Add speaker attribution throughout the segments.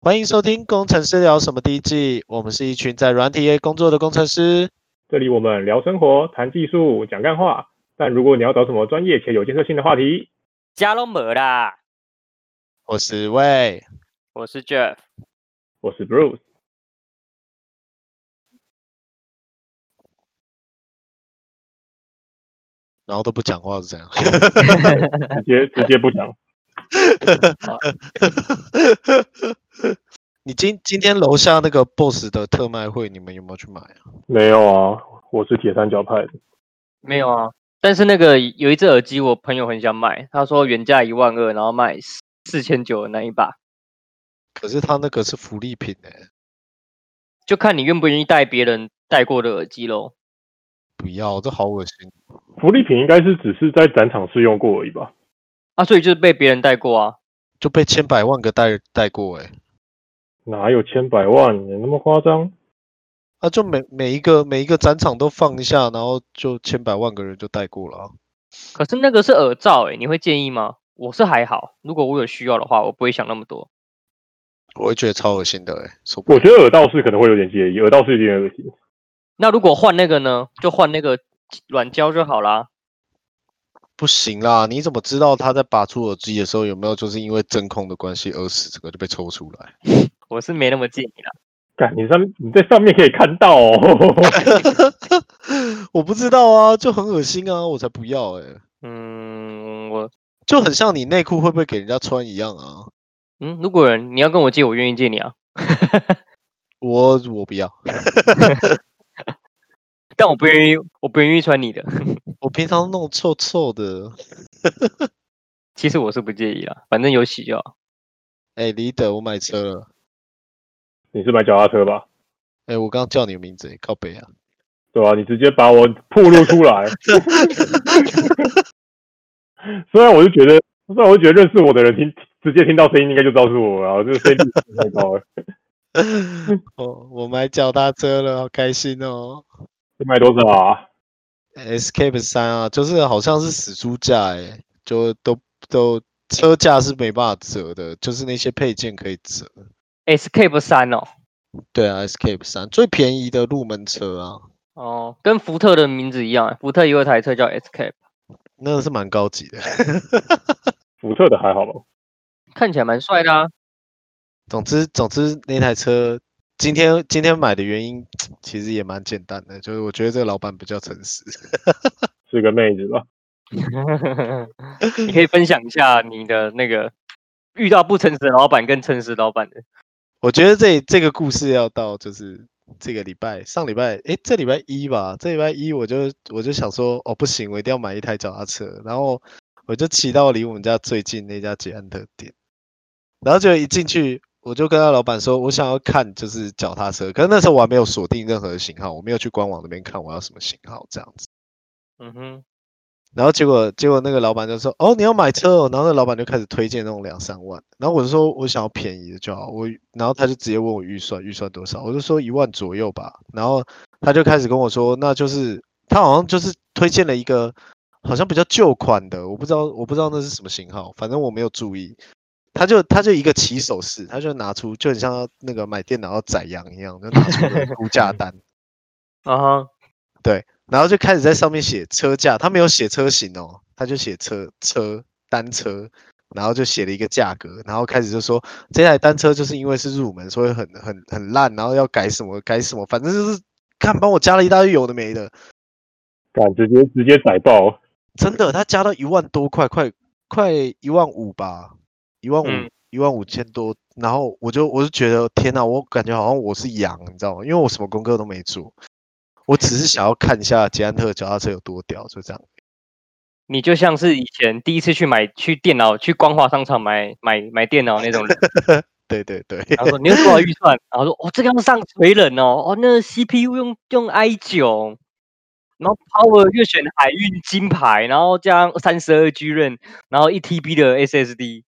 Speaker 1: 欢迎收听《工程师聊什么》第一季，我们是一群在软体业工作的工程师。
Speaker 2: 这里我们聊生活、谈技术、讲干话。但如果你要找什么专业且有建设性的话题，
Speaker 3: 家都没啦。
Speaker 1: 我是魏，
Speaker 3: 我是 Jeff，
Speaker 2: 我是 Bruce。
Speaker 1: 然后都不讲话是这样。
Speaker 2: 直接直接不讲。
Speaker 1: 你今今天楼下那个 BOSS 的特卖会，你们有没有去买啊？
Speaker 2: 没有啊，我是铁三角派的。
Speaker 3: 没有啊，但是那个有一只耳机，我朋友很想买，他说原价一万二，然后卖四千九的那一把，
Speaker 1: 可是他那个是福利品哎、
Speaker 3: 就看你愿不愿意戴别人戴过的耳机喽。
Speaker 1: 不要，这好恶心。
Speaker 2: 福利品应该是只是在展场试用过而已吧？
Speaker 3: 啊，所以就是被别人戴过啊。
Speaker 1: 就被千百万个带带过哎、
Speaker 2: 哪有千百万？有那么夸张？
Speaker 1: 啊，就每每一个每一个展场都放一下，然后就千百万个人就带过了、啊。
Speaker 3: 可是那个是耳罩、欸，哎，你会建议吗？我是还好，如果我有需要的话，我不会想那么多。
Speaker 1: 我会觉得超恶心的哎、受不
Speaker 2: 我
Speaker 1: 了
Speaker 2: 觉得耳道是可能会有点介意，耳道是有点恶心。
Speaker 3: 那如果换那个呢？就换那个软胶就好啦。
Speaker 1: 不行啦！你怎么知道他在拔出耳机的时候有没有就是因为真空的关系而使这个就被抽出来？
Speaker 3: 我是没那么建议啦。
Speaker 2: 干，你上你在上面可以看到哦。
Speaker 1: 我不知道啊，就很恶心啊，我才不要哎、
Speaker 3: 嗯，我
Speaker 1: 就很像你内裤会不会给人家穿一样啊。
Speaker 3: 嗯，如果有人你要跟我借，我愿意借你啊。
Speaker 1: 我我不要，
Speaker 3: 但我不愿意，我不愿意穿你的。
Speaker 1: 我平常弄臭臭的。
Speaker 3: 其实我是不介意啦，反正有洗就好。
Speaker 1: 哎、李德，我买车了。
Speaker 2: 你是买脚踏车吧？
Speaker 1: 哎、我刚叫你名字，靠北啊。
Speaker 2: 对啊，你直接把我暴露出 来。 虽然我就觉得，虽然我就觉得认识我的人听直接听到声音应该就知道是我了，这个声音太高了。
Speaker 1: 哦，我买脚踏车了，好开心哦。
Speaker 2: 你买多少啊？
Speaker 1: Escape 三啊，就是好像是死猪价哎、就都都车价是没办法折的，就是那些配件可以折。
Speaker 3: Escape 三哦，
Speaker 1: 对啊，Escape 三最便宜的入门车啊，
Speaker 3: 哦，跟福特的名字一样，福特也有一台车叫 Escape，
Speaker 1: 那个是蛮高级的。
Speaker 2: 福特的还好吧？
Speaker 3: 看起来蛮帅的 啊。
Speaker 1: 总之，总之那台车今天今天买的原因其实也蛮简单的，就是我觉得这个老板比较诚实。
Speaker 2: 是个妹子吧？
Speaker 3: 你可以分享一下你的那个遇到不诚实的老板跟诚实老板的，
Speaker 1: 我觉得这这个故事要到就是这个礼拜，上礼拜，诶，这礼拜一吧，这礼拜一我就我就想说，哦，不行，我一定要买一台脚踏车，然后我就骑到离我们家最近那家捷安特店，然后就一进去，我就跟他老板说，我想要看就是脚踏车，可是那时候我还没有锁定任何的型号，我没有去官网那边看我要什么型号这样子。
Speaker 3: 嗯哼，
Speaker 1: 然后结果结果那个老板就说：“哦，你要买车哦。”然后那老板就开始推荐那种两三万。然后我就说：“我想要便宜的就好。”我然后他就直接问我预算，预算多少？我就说一万左右吧。然后他就开始跟我说：“那就是他好像就是推荐了一个好像比较旧款的，我不知道我不知道那是什么型号，反正我没有注意。”他就他就一个起手式，他就拿出就很像那个买电脑要宰羊一样，就拿出那个估价单，
Speaker 3: 啊哈，
Speaker 1: 然后就开始在上面写车价，他没有写车型哦，他就写车车单车，然后就写了一个价格，然后开始就说这台单车就是因为是入门，所以很很很烂，然后要改什么改什么，反正就是看帮我加了一大堆有的没的，
Speaker 2: 敢直接直接宰爆，
Speaker 1: 真的，他加到一万多块，快快一万五吧，一万五
Speaker 3: 嗯
Speaker 1: 一万五千多，然后我就我就觉得天哪，我感觉好像我是羊，你知道吗？因为我什么功课都没做，我只是想要看一下捷安特脚踏车有多屌，就这样。
Speaker 3: 你就像是以前第一次去买去电脑去光华商场买买买电脑那种人，
Speaker 1: 对对对，
Speaker 3: 然 后说你有多少预算，然后说哦这个要上锤冷哦，哦那 CPU 用用 i 九。然后 Power 又选海运金牌，然后加三十二 G 任，然后一 TB 的 SSD，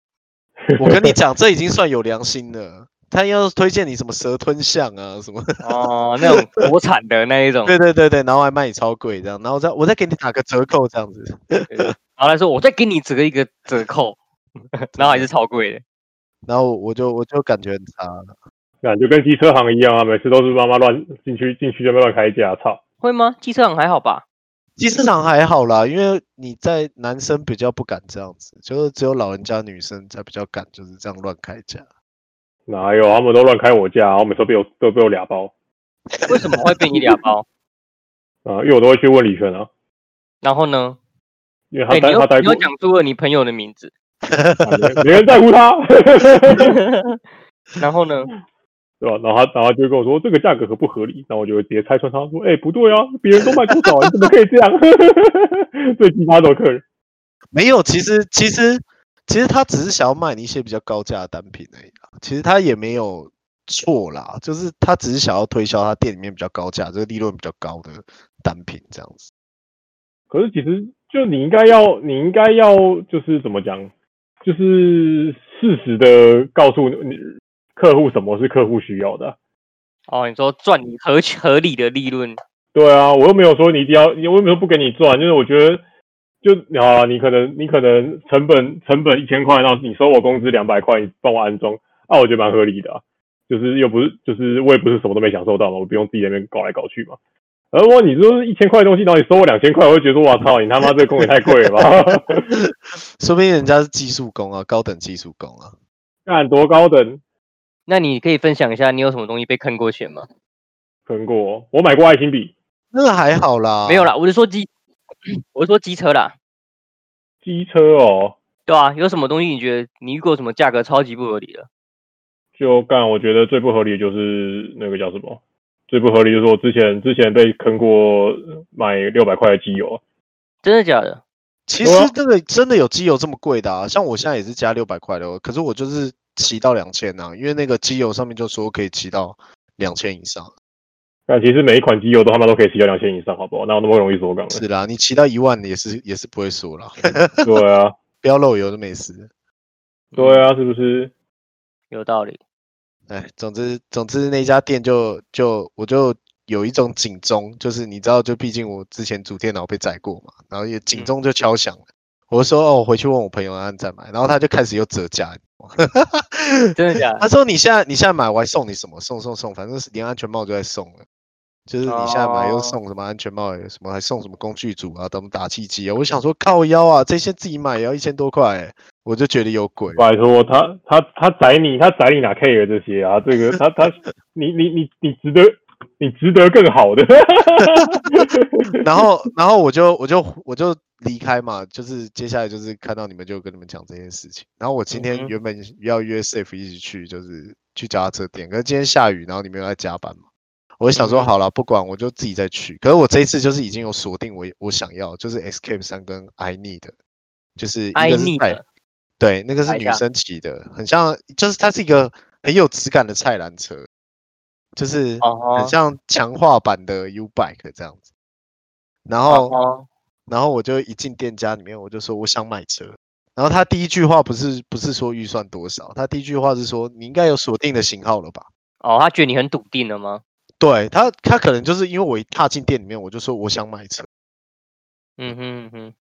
Speaker 1: 我跟你讲，这已经算有良心了。他要推荐你什么蛇吞象啊什么，
Speaker 3: 哦，那种国产的那一种。
Speaker 1: 对对对对，然后还卖你超贵这样，然后再我再给你打个折扣这样子。
Speaker 3: 然后他说我再给你折一个折扣，然后还是超贵的。
Speaker 1: 然后我就我就感觉很差，
Speaker 2: 那就跟机车行一样啊，每次都是妈妈乱进去进去就被乱开价，操！
Speaker 3: 会吗？机车行还好吧？
Speaker 1: 机车厂还好啦，因为你在男生比较不敢这样子，就是只有老人家、女生才比较敢，就是这样乱开价。
Speaker 2: 哪有他们都乱开我价，然后每次都被我都被我俩包
Speaker 3: 为什么会变一俩包？
Speaker 2: 啊，因为我都会去问李轩啊，
Speaker 3: 然后呢？
Speaker 2: 因为他
Speaker 3: 哎、你
Speaker 2: 带
Speaker 3: 又
Speaker 2: 他带
Speaker 3: 你
Speaker 2: 过
Speaker 3: 又，讲出了你朋友的名字，
Speaker 2: 没人在乎他，
Speaker 3: 然后呢？
Speaker 2: 对吧？然后他然后他就跟我说这个价格合不合理，然后我就会直接拆穿他说，哎、不对啊，别人都卖多少，你怎么可以这样？ 最奇葩的客人，
Speaker 1: 没有，其实其实其实他只是想要卖你一些比较高价的单品而已啦。其实他也没有错啦，就是他只是想要推销他店里面比较高价、这个利润比较高的单品这样子。
Speaker 2: 可是其实就你应该要，你应该要就是怎么讲，就是适时的告诉你客户什么是客户需要的啊、
Speaker 3: 哦，你说赚你合合理的利润，
Speaker 2: 对啊，我又没有说你一定要，我又没有不给你赚，就是我觉得，就好了，你可能你可能成本成本一千块，然后你收我工资两百块，你帮我安装，啊，我觉得蛮合理的、啊，就是又不是就是我也不是什么都没享受到嘛，我不用自己在那边搞来搞去嘛。而我你说一千块的东西，然后你收我两千块，我就觉得哇操，你他妈这个工也太贵了吧！
Speaker 1: 说不定人家是技术工啊，高等技术工啊。
Speaker 2: 干多高等
Speaker 3: 那你可以分享一下你有什么东西被坑过钱吗？
Speaker 2: 坑过，我买过爱心笔、
Speaker 1: 那个还好啦，
Speaker 3: 没有啦，我是说机，我是说机车啦，
Speaker 2: 机车哦，
Speaker 3: 对啊，有什么东西你觉得你遇过什么价格超级不合理的？
Speaker 2: 就干，我觉得最不合理的就是那个叫什么？最不合理就是我之前之前被坑过买六百块的机油，
Speaker 3: 真的假的？
Speaker 1: 其实
Speaker 2: 有啊
Speaker 1: 这个真的有机油这么贵的啊，像我现在也是加六百块的哦，可是我就是骑到两千啊，因为那个机油上面就说可以骑到两千以上。
Speaker 2: 但其实每一款机油都他妈都可以骑到两千以上，好不好？哪有那么容易缩缸
Speaker 1: 是
Speaker 2: 的？
Speaker 1: 啦，你骑到一万也是也是不会说啦，
Speaker 2: 对啊，
Speaker 1: 不要漏油就没事。
Speaker 2: 对
Speaker 3: 嗯，
Speaker 2: 啊，是不是？
Speaker 3: 有道理。
Speaker 1: 哎，总之总之那家店就就我就有一种警钟，就是你知道，就毕竟我之前主电脑被宰过嘛，然后也警
Speaker 3: 嗯
Speaker 1: 钟就敲响了。我说哦，我回去问我朋友让他再买，然后他就开始又折价，你知道吗
Speaker 3: 真的假的
Speaker 1: 他说你现在你现在买，我还送你什么？送送送，反正是连安全帽都在送了。就是你现在买又
Speaker 3: 哦
Speaker 1: 送什么安全帽，什么还送什么工具组啊，什么打气机啊。我想说靠腰啊，这些自己买也要一千多块、欸，我就觉得有鬼。
Speaker 2: 拜托，他他他宰你，他宰你哪 care 这些啊？这个他他你你你你值得你值得更好的，
Speaker 1: 然后，然后我就我就我就离开嘛，就是接下来就是看到你们就跟你们讲这件事情。然后我今
Speaker 3: 嗯
Speaker 1: 天
Speaker 3: 哼
Speaker 1: 原本要约 Safe 一起去，就是去脚踏车店，可是今天下雨，然后你们又在加班嘛，我就想说
Speaker 3: 嗯哼
Speaker 1: 好了，不管我就自己再去。可是我这一次就是已经有锁定我我想要，就是 Escape 三跟 I Need，的就是一
Speaker 3: ？I
Speaker 1: 个是
Speaker 3: need
Speaker 1: 菜
Speaker 3: 的
Speaker 1: 对，那个是
Speaker 3: 白
Speaker 1: 女
Speaker 3: 架
Speaker 1: 生骑的，很像，就是它是一个很有质感的菜篮车，就是
Speaker 3: 哦吼
Speaker 1: 很像强化版的 U Bike 这样子。然后，
Speaker 3: 哦，
Speaker 1: 然后我就一进店家里面，我就说我想买车。然后他第一句话不是不是说预算多少，他第一句话是说你应该有锁定的型号了吧？
Speaker 3: 哦，他觉得你很笃定了吗？
Speaker 1: 对他，他可能就是因为我一踏进店里面，我就说我想买车，
Speaker 3: 嗯哼嗯哼，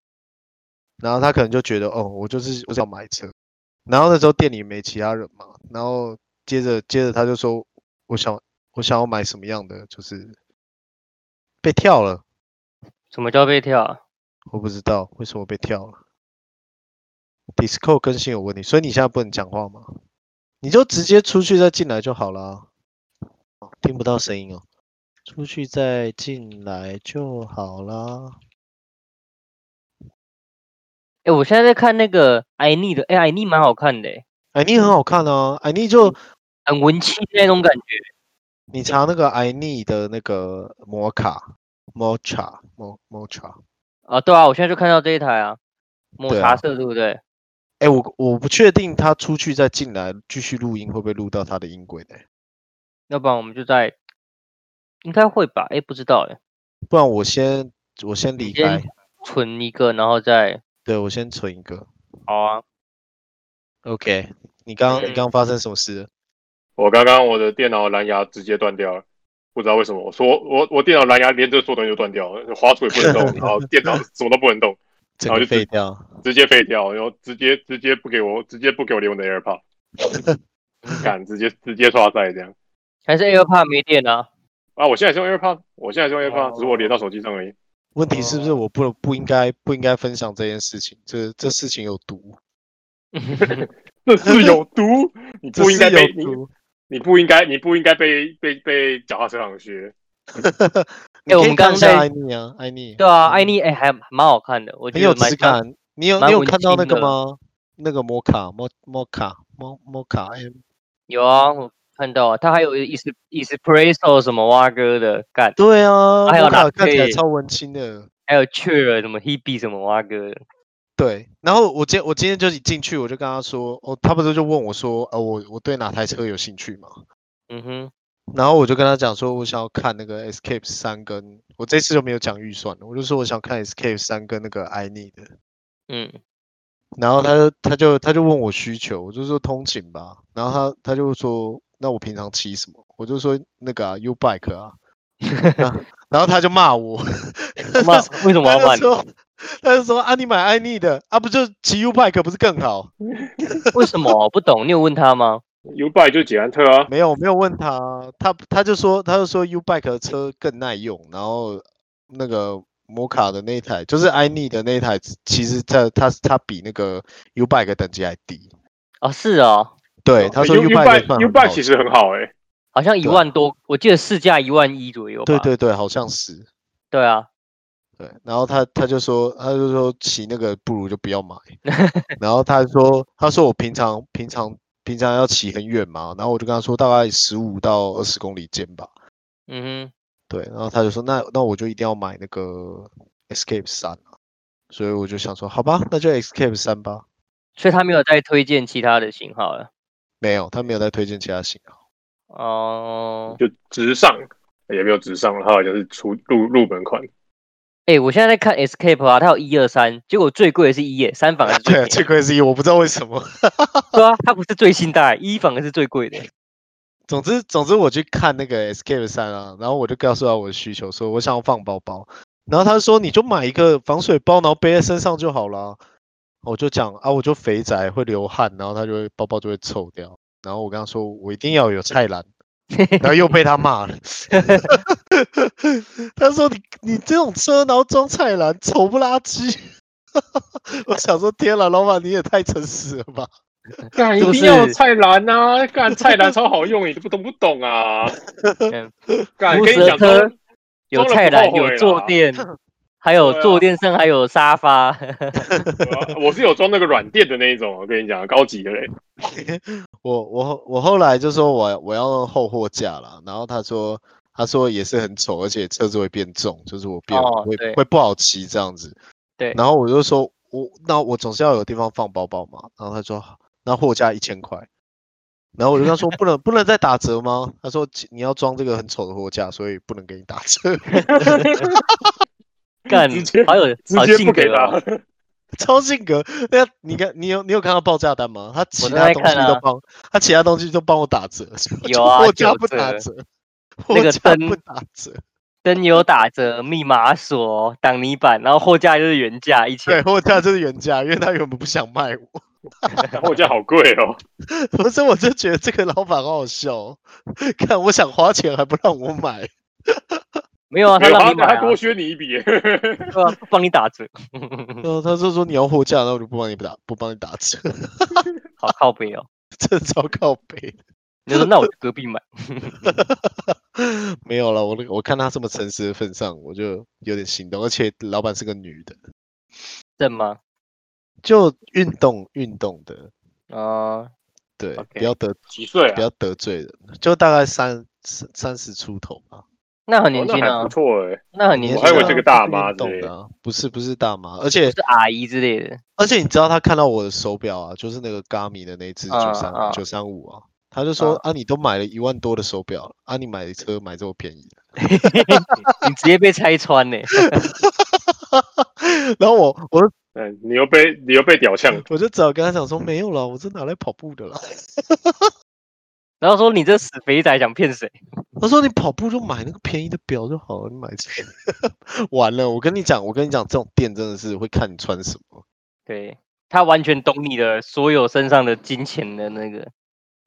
Speaker 1: 然后他可能就觉得哦，我就是我想买车。然后那时候店里没其他人嘛，然后接着接着他就说我想我想要买什么样的，就是被跳了，
Speaker 3: 什么叫被跳啊？
Speaker 1: 我不知道为什么被跳了。Disco 更新有问题，所以你现在不能讲话吗？你就直接出去再进来就好了。哦听不到声音哦，出去再进来就好啦。
Speaker 3: 哎、我现在在看那个 I need 的，哎、i need 蛮好看的、欸，
Speaker 1: 艾妮很好看啊，艾妮就
Speaker 3: 很文青那种感觉。
Speaker 1: 你查那个艾妮的那个摩卡、摩卡、摩摩卡。
Speaker 3: 啊，对啊，我现在就看到这一台啊，抹
Speaker 1: 对啊
Speaker 3: 茶色，对不对？
Speaker 1: 哎，我我不确定他出去再进来继续录音会不会录到他的音轨呢？
Speaker 3: 要不然我们就在，应该会吧？哎、不知道哎、
Speaker 1: 不然我先我先离
Speaker 3: 你先
Speaker 1: 开，
Speaker 3: 存一个，然后再
Speaker 1: 对我先存一个。
Speaker 3: 好啊。
Speaker 1: OK，你刚刚你
Speaker 3: 嗯
Speaker 1: 刚发生什么事了？
Speaker 2: 我刚刚我的电脑蓝牙直接断掉了，不知道为什么。我说我我电脑蓝牙连着所有东西都断掉了，滑鼠也不能动，然后电脑什么都不能动，
Speaker 1: 整
Speaker 2: 然
Speaker 1: 个
Speaker 2: 后就直
Speaker 1: 废掉。
Speaker 2: 直接废掉，然后直接直接不给我直接不给我连我的 AirPod。 敢直接直接刷赛这样。
Speaker 3: 还是 AirPod 没 电啊？
Speaker 2: 啊，我现在是用 AirPod，我现在是用 AirPod，、
Speaker 3: 哦
Speaker 2: 只是我连到手机上而已。
Speaker 1: 问题是不
Speaker 2: 哦
Speaker 1: 是我不不应该不应该分享这件事情？这这事情有毒，
Speaker 2: 这是有毒，你
Speaker 1: 这
Speaker 2: 不应该
Speaker 1: 是有
Speaker 2: 被
Speaker 3: 哎
Speaker 2: 你
Speaker 1: 毒。
Speaker 2: 你不应该你不应该被被被脚踏车上学。
Speaker 1: 你
Speaker 3: 哎我
Speaker 1: 可以
Speaker 3: 们
Speaker 1: 看
Speaker 3: 刚
Speaker 1: 一下
Speaker 3: 在
Speaker 1: 艾妮啊，艾妮，
Speaker 3: 对啊，艾妮哎还蛮好看的，我觉
Speaker 1: 很有
Speaker 3: 得蛮
Speaker 1: 质
Speaker 3: 像。
Speaker 1: 感。你有
Speaker 3: 蛮
Speaker 1: 你有
Speaker 3: 文
Speaker 1: 看到那个
Speaker 3: 青的
Speaker 1: 吗？那个摩卡摩摩卡摩摩卡，哎
Speaker 3: 有啊，我看到啊，他还有 is espresso 什么蛙哥的干，
Speaker 1: 对啊，
Speaker 3: 还有
Speaker 1: 摩卡
Speaker 3: latte
Speaker 1: 看起来超文青的。
Speaker 3: 还有 cheer 什么 hebe 什么蛙哥的，
Speaker 1: 对，然后我今我今天就一进去，我就跟他说，哦，他不是就问我说，呃，我我对哪台车有兴趣吗？
Speaker 3: 嗯哼，
Speaker 1: 然后我就跟他讲说，我想要看那个 Escape 三跟，我这次就没有讲预算了，我就说我想看 Escape 三跟那个 i n e 的，
Speaker 3: 嗯，
Speaker 1: 然后他就他就他就问我需求，我就说通勤吧，然后他他就说那我平常骑什么？我就说那个啊 U bike 啊，然后然后他就骂我，
Speaker 3: 骂为什么
Speaker 1: 他
Speaker 3: 要
Speaker 1: 就
Speaker 3: 骂你？
Speaker 1: 说 他就说啊你买 i n e 的啊不就骑 U bike 不是更好？
Speaker 3: 为什么不懂？你有问他吗？
Speaker 2: U bike 就是捷安特啊，
Speaker 1: 没有没有问他，啊他他就说他就说 U Bike 的车更耐用，然后那个摩卡的那一台就是 i n e 的那一台，其实它它它比那个 U Bike 等级还低。
Speaker 3: 哦，是哦，
Speaker 1: 对，他说
Speaker 2: 哎 U
Speaker 1: Bike 算很
Speaker 2: bike U
Speaker 1: 好
Speaker 2: bike 其实很好哎、
Speaker 3: 好像一
Speaker 1: 对啊
Speaker 3: 万多，我记得市价一万一左右吧。
Speaker 1: 对对对，好像是
Speaker 3: 对啊，
Speaker 1: 对。然后他他就说他就说骑那个不如就不要 买，然后他说他说我平常平常平常要骑很远嘛，然后我就跟他说大概十五到二十公里间吧。
Speaker 3: 嗯哼，
Speaker 1: 对，然后他就说那那我就一定要买那个 Escape 三啊，所以我就想说好吧，那就 Escape 三吧。
Speaker 3: 所以他没有再推荐其他的型号了。
Speaker 1: 没有，他没有再推荐其他型啊号。
Speaker 3: 哦，
Speaker 2: 就直上也没有直上，它好像是出入入门款。
Speaker 3: 哎，我现在在看 Escape 啊，它有一二三，结果最贵的是一耶，三反而是最
Speaker 1: 对
Speaker 3: 便
Speaker 1: 啊，
Speaker 3: 宜
Speaker 1: 最贵是一，我不知道为什么。
Speaker 3: 对啊，它不是最新代，一反而是最贵的。
Speaker 1: 总之总之我去看那个 Escape 三啊，然后我就告诉他我的需求，说我想要放包包，然后他说你就买一个防水包，然后背在身上就好了。我就讲啊，我就肥宅会流汗，然后他就会包包就会臭掉。然后我跟他说我一定要有菜篮， 然后又被他骂了。他说你你这种车，然后装菜篮，丑不拉几。 我想说，天了，老板你也太诚实了吧！
Speaker 2: 干
Speaker 3: 一定要有
Speaker 2: 菜篮啊！干菜篮超好用，你都不懂不懂 啊？干
Speaker 3: 毒
Speaker 2: 跟你
Speaker 3: 蛇
Speaker 2: 讲
Speaker 3: 车
Speaker 2: 说，
Speaker 3: 有
Speaker 2: 装了
Speaker 3: 菜
Speaker 2: 不
Speaker 3: 篮，
Speaker 2: 后
Speaker 3: 有
Speaker 2: 悔
Speaker 3: 坐
Speaker 2: 啦
Speaker 3: 垫，还有
Speaker 2: 对啊
Speaker 3: 坐垫上还有 沙发。
Speaker 2: 我是有装那个软垫的那一种，我跟你讲，高级的嘞。
Speaker 1: 我我后我后来就说我我要后货架了，然后他说他说也是很丑，而且车子会变重，就是我变、
Speaker 3: 哦
Speaker 1: 会
Speaker 3: 对
Speaker 1: 会不好骑这样子。
Speaker 3: 对
Speaker 1: 然后我就说我那我总是要有地方放包包嘛，然后他说那货架一千块，然后我就跟他说不能不能再打折吗？他说你要装这个很丑的货架，所以不能给你打折，
Speaker 3: 干
Speaker 2: 直接，
Speaker 3: 好有
Speaker 2: 直
Speaker 3: 好
Speaker 2: 接
Speaker 3: 性
Speaker 2: 不给
Speaker 3: 格、
Speaker 2: 他
Speaker 3: 哦。，
Speaker 1: 超性格。那你看你有你有看到报价单吗？他其
Speaker 3: 都
Speaker 1: 他
Speaker 3: 在
Speaker 1: 东西
Speaker 3: 看
Speaker 1: 都
Speaker 3: 啊
Speaker 1: 帮、他其他东西都帮我打折， 所以
Speaker 3: 有
Speaker 1: 就
Speaker 3: 啊
Speaker 1: 货
Speaker 3: 就
Speaker 1: 架
Speaker 3: 有
Speaker 1: 不打
Speaker 3: 折
Speaker 1: 折。
Speaker 3: 那
Speaker 1: 货
Speaker 3: 个
Speaker 1: 架
Speaker 3: 灯
Speaker 1: 不打折，
Speaker 3: 灯有打折，密码锁、挡泥板，然后货架就是原价一
Speaker 1: 对，
Speaker 3: 千。
Speaker 1: 货架就是原价，因为他原本不想卖我。
Speaker 2: 然后 我觉得好贵 哦。
Speaker 1: 不是，我就觉得这个老板好好笑、哦， 看我想花钱还不让我买，
Speaker 3: 没有啊，
Speaker 2: 没有
Speaker 3: 让
Speaker 2: 他
Speaker 3: 你买、
Speaker 2: 他
Speaker 3: 啊，
Speaker 2: 多削你一笔 耶，
Speaker 3: 对啊，不帮你打折，
Speaker 1: 然
Speaker 3: 嗯
Speaker 1: 后他就说你要货架，那我就不帮你打，不帮你打折，
Speaker 3: 好靠背哦。
Speaker 1: 这超靠北。
Speaker 3: 你就说那我去隔壁买，
Speaker 1: 没有了，我那个我看他这么诚实的份上，我就有点心动，而且老板是个女的，
Speaker 3: 正吗？
Speaker 1: 就运动运动的，
Speaker 3: 哦、
Speaker 1: 对
Speaker 3: OK
Speaker 1: 不要得
Speaker 2: 几岁
Speaker 1: 不
Speaker 2: 啊？
Speaker 1: 要得罪人，就大概三三三十出头吧。
Speaker 3: 那很
Speaker 2: 哦
Speaker 3: 年
Speaker 2: 那
Speaker 3: 轻
Speaker 2: 还
Speaker 3: 啊
Speaker 2: 不，错哎，
Speaker 3: 那很年
Speaker 1: 年
Speaker 3: 轻、
Speaker 2: 我还以为
Speaker 1: 轻
Speaker 3: 啊，
Speaker 2: 这
Speaker 1: 啊
Speaker 2: 个
Speaker 1: 不
Speaker 2: 大
Speaker 1: 是
Speaker 2: 妈
Speaker 1: 运
Speaker 2: 之
Speaker 1: 动
Speaker 2: 类
Speaker 1: 的
Speaker 2: 的
Speaker 1: 啊，不是不是大妈，而且
Speaker 3: 是阿姨之类的。
Speaker 1: 而且你知道他看到我的手表啊，就是那个 Garmin 的那只
Speaker 3: 啊
Speaker 1: 九三
Speaker 3: 啊
Speaker 1: 九三五啊，他就说啊，你都买了一万多的手表了，啊，你买的车买这么便宜的，
Speaker 3: 你直接被拆穿呢、
Speaker 1: 然后我我就
Speaker 2: 嗯，你又被你又被屌呛，
Speaker 1: 我就只好跟他讲说没有啦，我是拿来跑步的啦。
Speaker 3: 然后说你这死肥仔想骗谁？
Speaker 1: 他说你跑步就买那个便宜的表就好了，你买这个 完了，我跟你讲，我跟你讲，这种店真的是会看你穿什么。
Speaker 3: 对他完全懂你的所有身上的金钱的那个，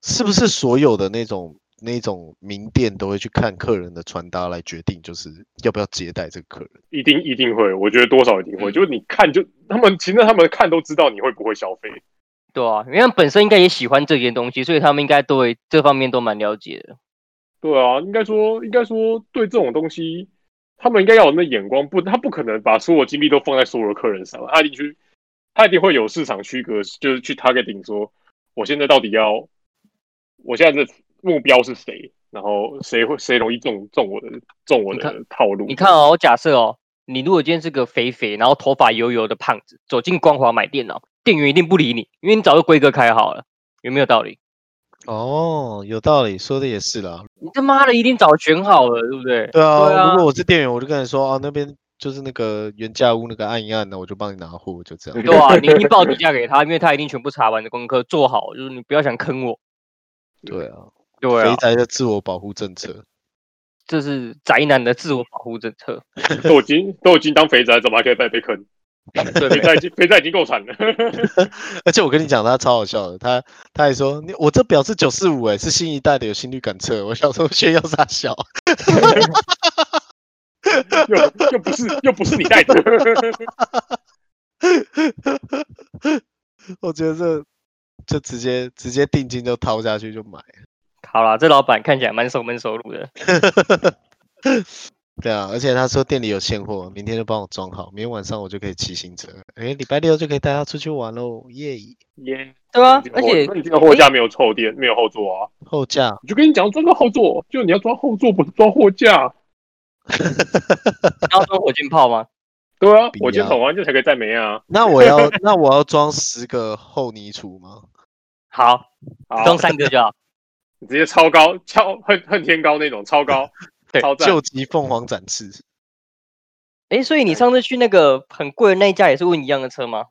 Speaker 1: 是不是所有的那种那种名店都会去看客人的穿搭来决定，就是要不要接待这个客人？
Speaker 2: 一定一定会，我觉得多少一定
Speaker 3: 嗯
Speaker 2: 会，就是你看就他们其实他们看都知道你会不会消费，
Speaker 3: 对啊，因为他们本身应该也喜欢这件东西，所以他们应该对这方面都蛮了解的。
Speaker 2: 对啊，应该说，应该说，对这种东西，他们应该要有那眼光，不，他不可能把所有精力都放在所有的客人上，他一定去，他一定会有市场区隔，就是去 targeting 说，我现在到底要，我现在的目标是谁，然后谁会谁容易中中我的中我
Speaker 3: 你
Speaker 2: 的套路。
Speaker 3: 你看哦，我假设哦，你如果今天是个肥肥，然后头发油油的胖子，走进光华买电脑，店员一定不理你，因为你早就规格开好了，有没有道理？
Speaker 1: 哦，有道理，说的也是啦。
Speaker 3: 你他妈的一定早选好了，对不对？
Speaker 1: 对啊，
Speaker 3: 对啊
Speaker 1: 如果我是店员，我就跟你说哦，那边就是那个原价屋那个按一按呢，我就帮你拿货，就这样。
Speaker 3: 对啊，你一定报底价给他，因为他一定全部查完的功课做好，就是你不要想坑我。
Speaker 1: 对啊，
Speaker 3: 对啊
Speaker 1: 肥，宅的自我保护政策。
Speaker 3: 这是宅男的自我保护政策。
Speaker 2: 都已经都已经当肥宅，怎么还可以再被坑？
Speaker 3: 对
Speaker 2: 肥宅已经肥宅已经够惨了。
Speaker 1: 而且我跟你讲，他超好笑的，他他还说你我这表是九四五哎，是新一代的有心率感测。我想说炫耀啥小？
Speaker 2: 又又不是又不是你带的，
Speaker 1: 我觉得这就直接直接定金就掏下去就买。
Speaker 3: 好啦，这老板看起来蛮熟门熟路的。
Speaker 1: 对啊，而且他说店里有现货，明天就帮我装好，明天晚上我就可以骑行车，哎，礼拜六就可以带他出去玩喽，耶！
Speaker 2: 耶！
Speaker 3: 对啊，而且
Speaker 2: 那你这个货架没有后垫，没有后座啊。
Speaker 1: 后架，
Speaker 2: 我就跟你讲，装个后座，就你要装后座，不是装货架。
Speaker 3: 你要装火箭炮吗？
Speaker 2: 对啊
Speaker 1: 不，
Speaker 2: 我今
Speaker 1: 要
Speaker 2: 天捅完就才可以再没啊。
Speaker 1: 那我 要那我要装十个厚泥土吗？
Speaker 3: 好，
Speaker 2: 好，
Speaker 3: 装三个 就好。
Speaker 2: 你直接超高，超恨恨天高那种，超高，
Speaker 3: 对
Speaker 2: 超赞。
Speaker 1: 救急凤凰展翅，
Speaker 3: 哎，所以你上次去那个很贵的那一家也是问一样的车吗？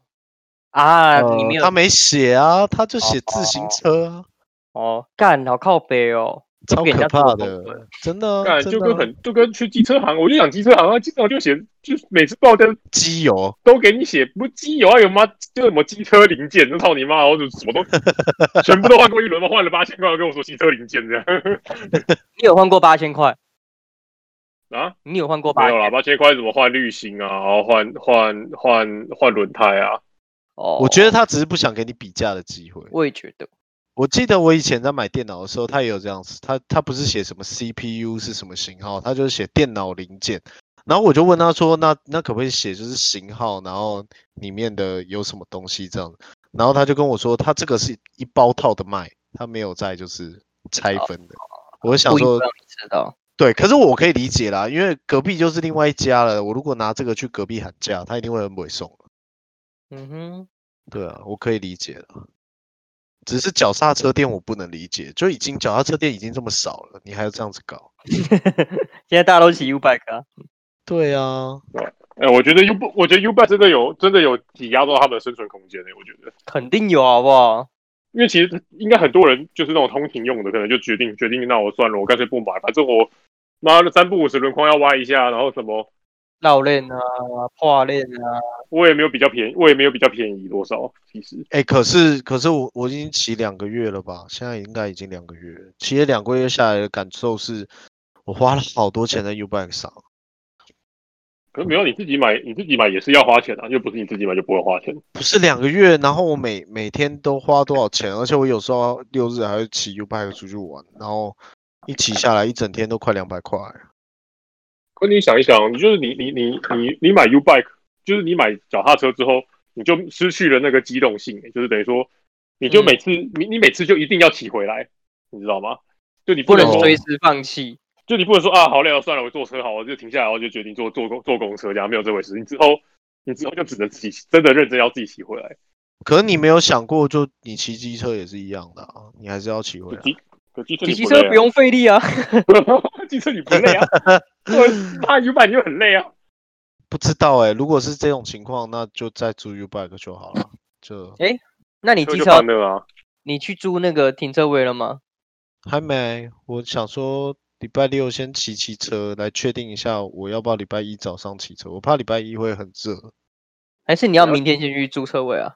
Speaker 3: 啊，
Speaker 1: 呃
Speaker 3: 你没有
Speaker 1: 他没写啊，他就写自行车啊，
Speaker 3: 哦，干好靠北哦，
Speaker 1: 超
Speaker 3: 给人
Speaker 1: 可
Speaker 3: 家
Speaker 1: 怕
Speaker 3: 做功课
Speaker 1: 的，真的啊，
Speaker 2: 干
Speaker 1: 真
Speaker 2: 就
Speaker 1: 的
Speaker 2: 跟
Speaker 1: 啊
Speaker 2: 很就跟去机车行，我就想机车行啊，机车行就写，就每次报价
Speaker 1: 机油，
Speaker 2: 都给你写，不是机油啊，有妈就什么机车零件，那操你妈！我就什么都 全部都换过一轮嘛，换了八千块，跟我说机车零件这样
Speaker 3: 你有换过八千块？
Speaker 2: 啊？
Speaker 3: 你有换过八
Speaker 2: 没
Speaker 3: 千
Speaker 2: 有？啦，八千块怎么换滤芯啊，然后换换换换轮胎啊？
Speaker 3: 哦，
Speaker 1: 我觉得他只是不想给你比价的机会。
Speaker 3: 我也觉得，
Speaker 1: 我记得我以前在买电脑的时候，它也有这样子，它它不是写什么 CPU 是什么型号，它就是写电脑零件。然后我就问他说，那那可不可以写就是型号，然后里面的有什么东西这样？然后他就跟我说，他这个是一包套的卖，他没有在就是拆分的。我就想
Speaker 3: 故意不
Speaker 1: 说，
Speaker 3: 让你知道。
Speaker 1: 对，可是我可以理解啦，因为隔壁就是另外一家了。我如果拿这个去隔壁喊价，他一定会很委送。
Speaker 3: 嗯哼，
Speaker 1: 对啊，我可以理解的，只是脚刹车店我不能理解，就已经脚刹车店已经这么少了，你还要这样子搞？
Speaker 3: 现在大家都骑 U bike 啊，
Speaker 1: 对啊，
Speaker 2: 哎、我觉得 U 不，我觉得 U b i 真的有真的有挤压到他们的生存空间呢、欸我觉得，
Speaker 3: 肯定有好不好？
Speaker 2: 因为其实应该很多人就是那种通勤用的，可能就决定决定，那我算了，我干脆不买，反正我妈的三不五十轮框要挖一下，然后什么
Speaker 3: 绕链啊，跨链啊，
Speaker 2: 我也没有比较便宜，我也没有比较便宜多少，其实
Speaker 1: 哎，可是可是我我已经骑两个月了吧，现在应该已经两个月了，骑了两个月下来的感受是，我花了好多钱在 U bike 上，
Speaker 2: 可是没有你自己买，你自己买也是要花钱啊，又不是你自己买就不会花钱。
Speaker 1: 不是两个月，然后我每每天都花多少钱，而且我有时候六日还会骑 U bike 出去玩，然后一骑下来一整天都快两百块。
Speaker 2: 可你想一想，你就是你你你你你买 U bike，就是你买脚踏车之后，你就失去了那个机动性，就是等于说，你就
Speaker 3: 嗯
Speaker 2: 每次、你你每次就一定要骑回来，你知道吗？就你
Speaker 3: 不
Speaker 2: 能
Speaker 3: 能
Speaker 2: 说，
Speaker 3: 随时放弃。
Speaker 2: 就你不能说啊，好累哦，算了，我坐车好，我就停下来，我就决定坐坐公坐公车这样，没有这回事。你之后你之后就只能自己真的认真要自己骑回来。
Speaker 1: 可是你没有想过，就你骑机车也是一样的啊，你还是要骑回来。
Speaker 2: 机可机车
Speaker 3: 骑
Speaker 2: 你
Speaker 3: 机车不
Speaker 2: 累啊，
Speaker 3: 用费力啊，
Speaker 2: 机车你不累啊，对，那 U bike 你就很累啊。
Speaker 1: 不知道哎、如果是这种情况，那就再租 U bike 就好了。就
Speaker 3: 那你
Speaker 2: 车
Speaker 3: 机
Speaker 2: 就
Speaker 3: 车
Speaker 2: 翻了啊，
Speaker 3: 你去租那个停车位了吗？
Speaker 1: 还没，我想说礼拜六先骑骑车来确定一下，我要不要礼拜一早上骑车？我怕礼拜一会很热。
Speaker 3: 还是你要
Speaker 2: 了
Speaker 3: 明天先去租车位啊？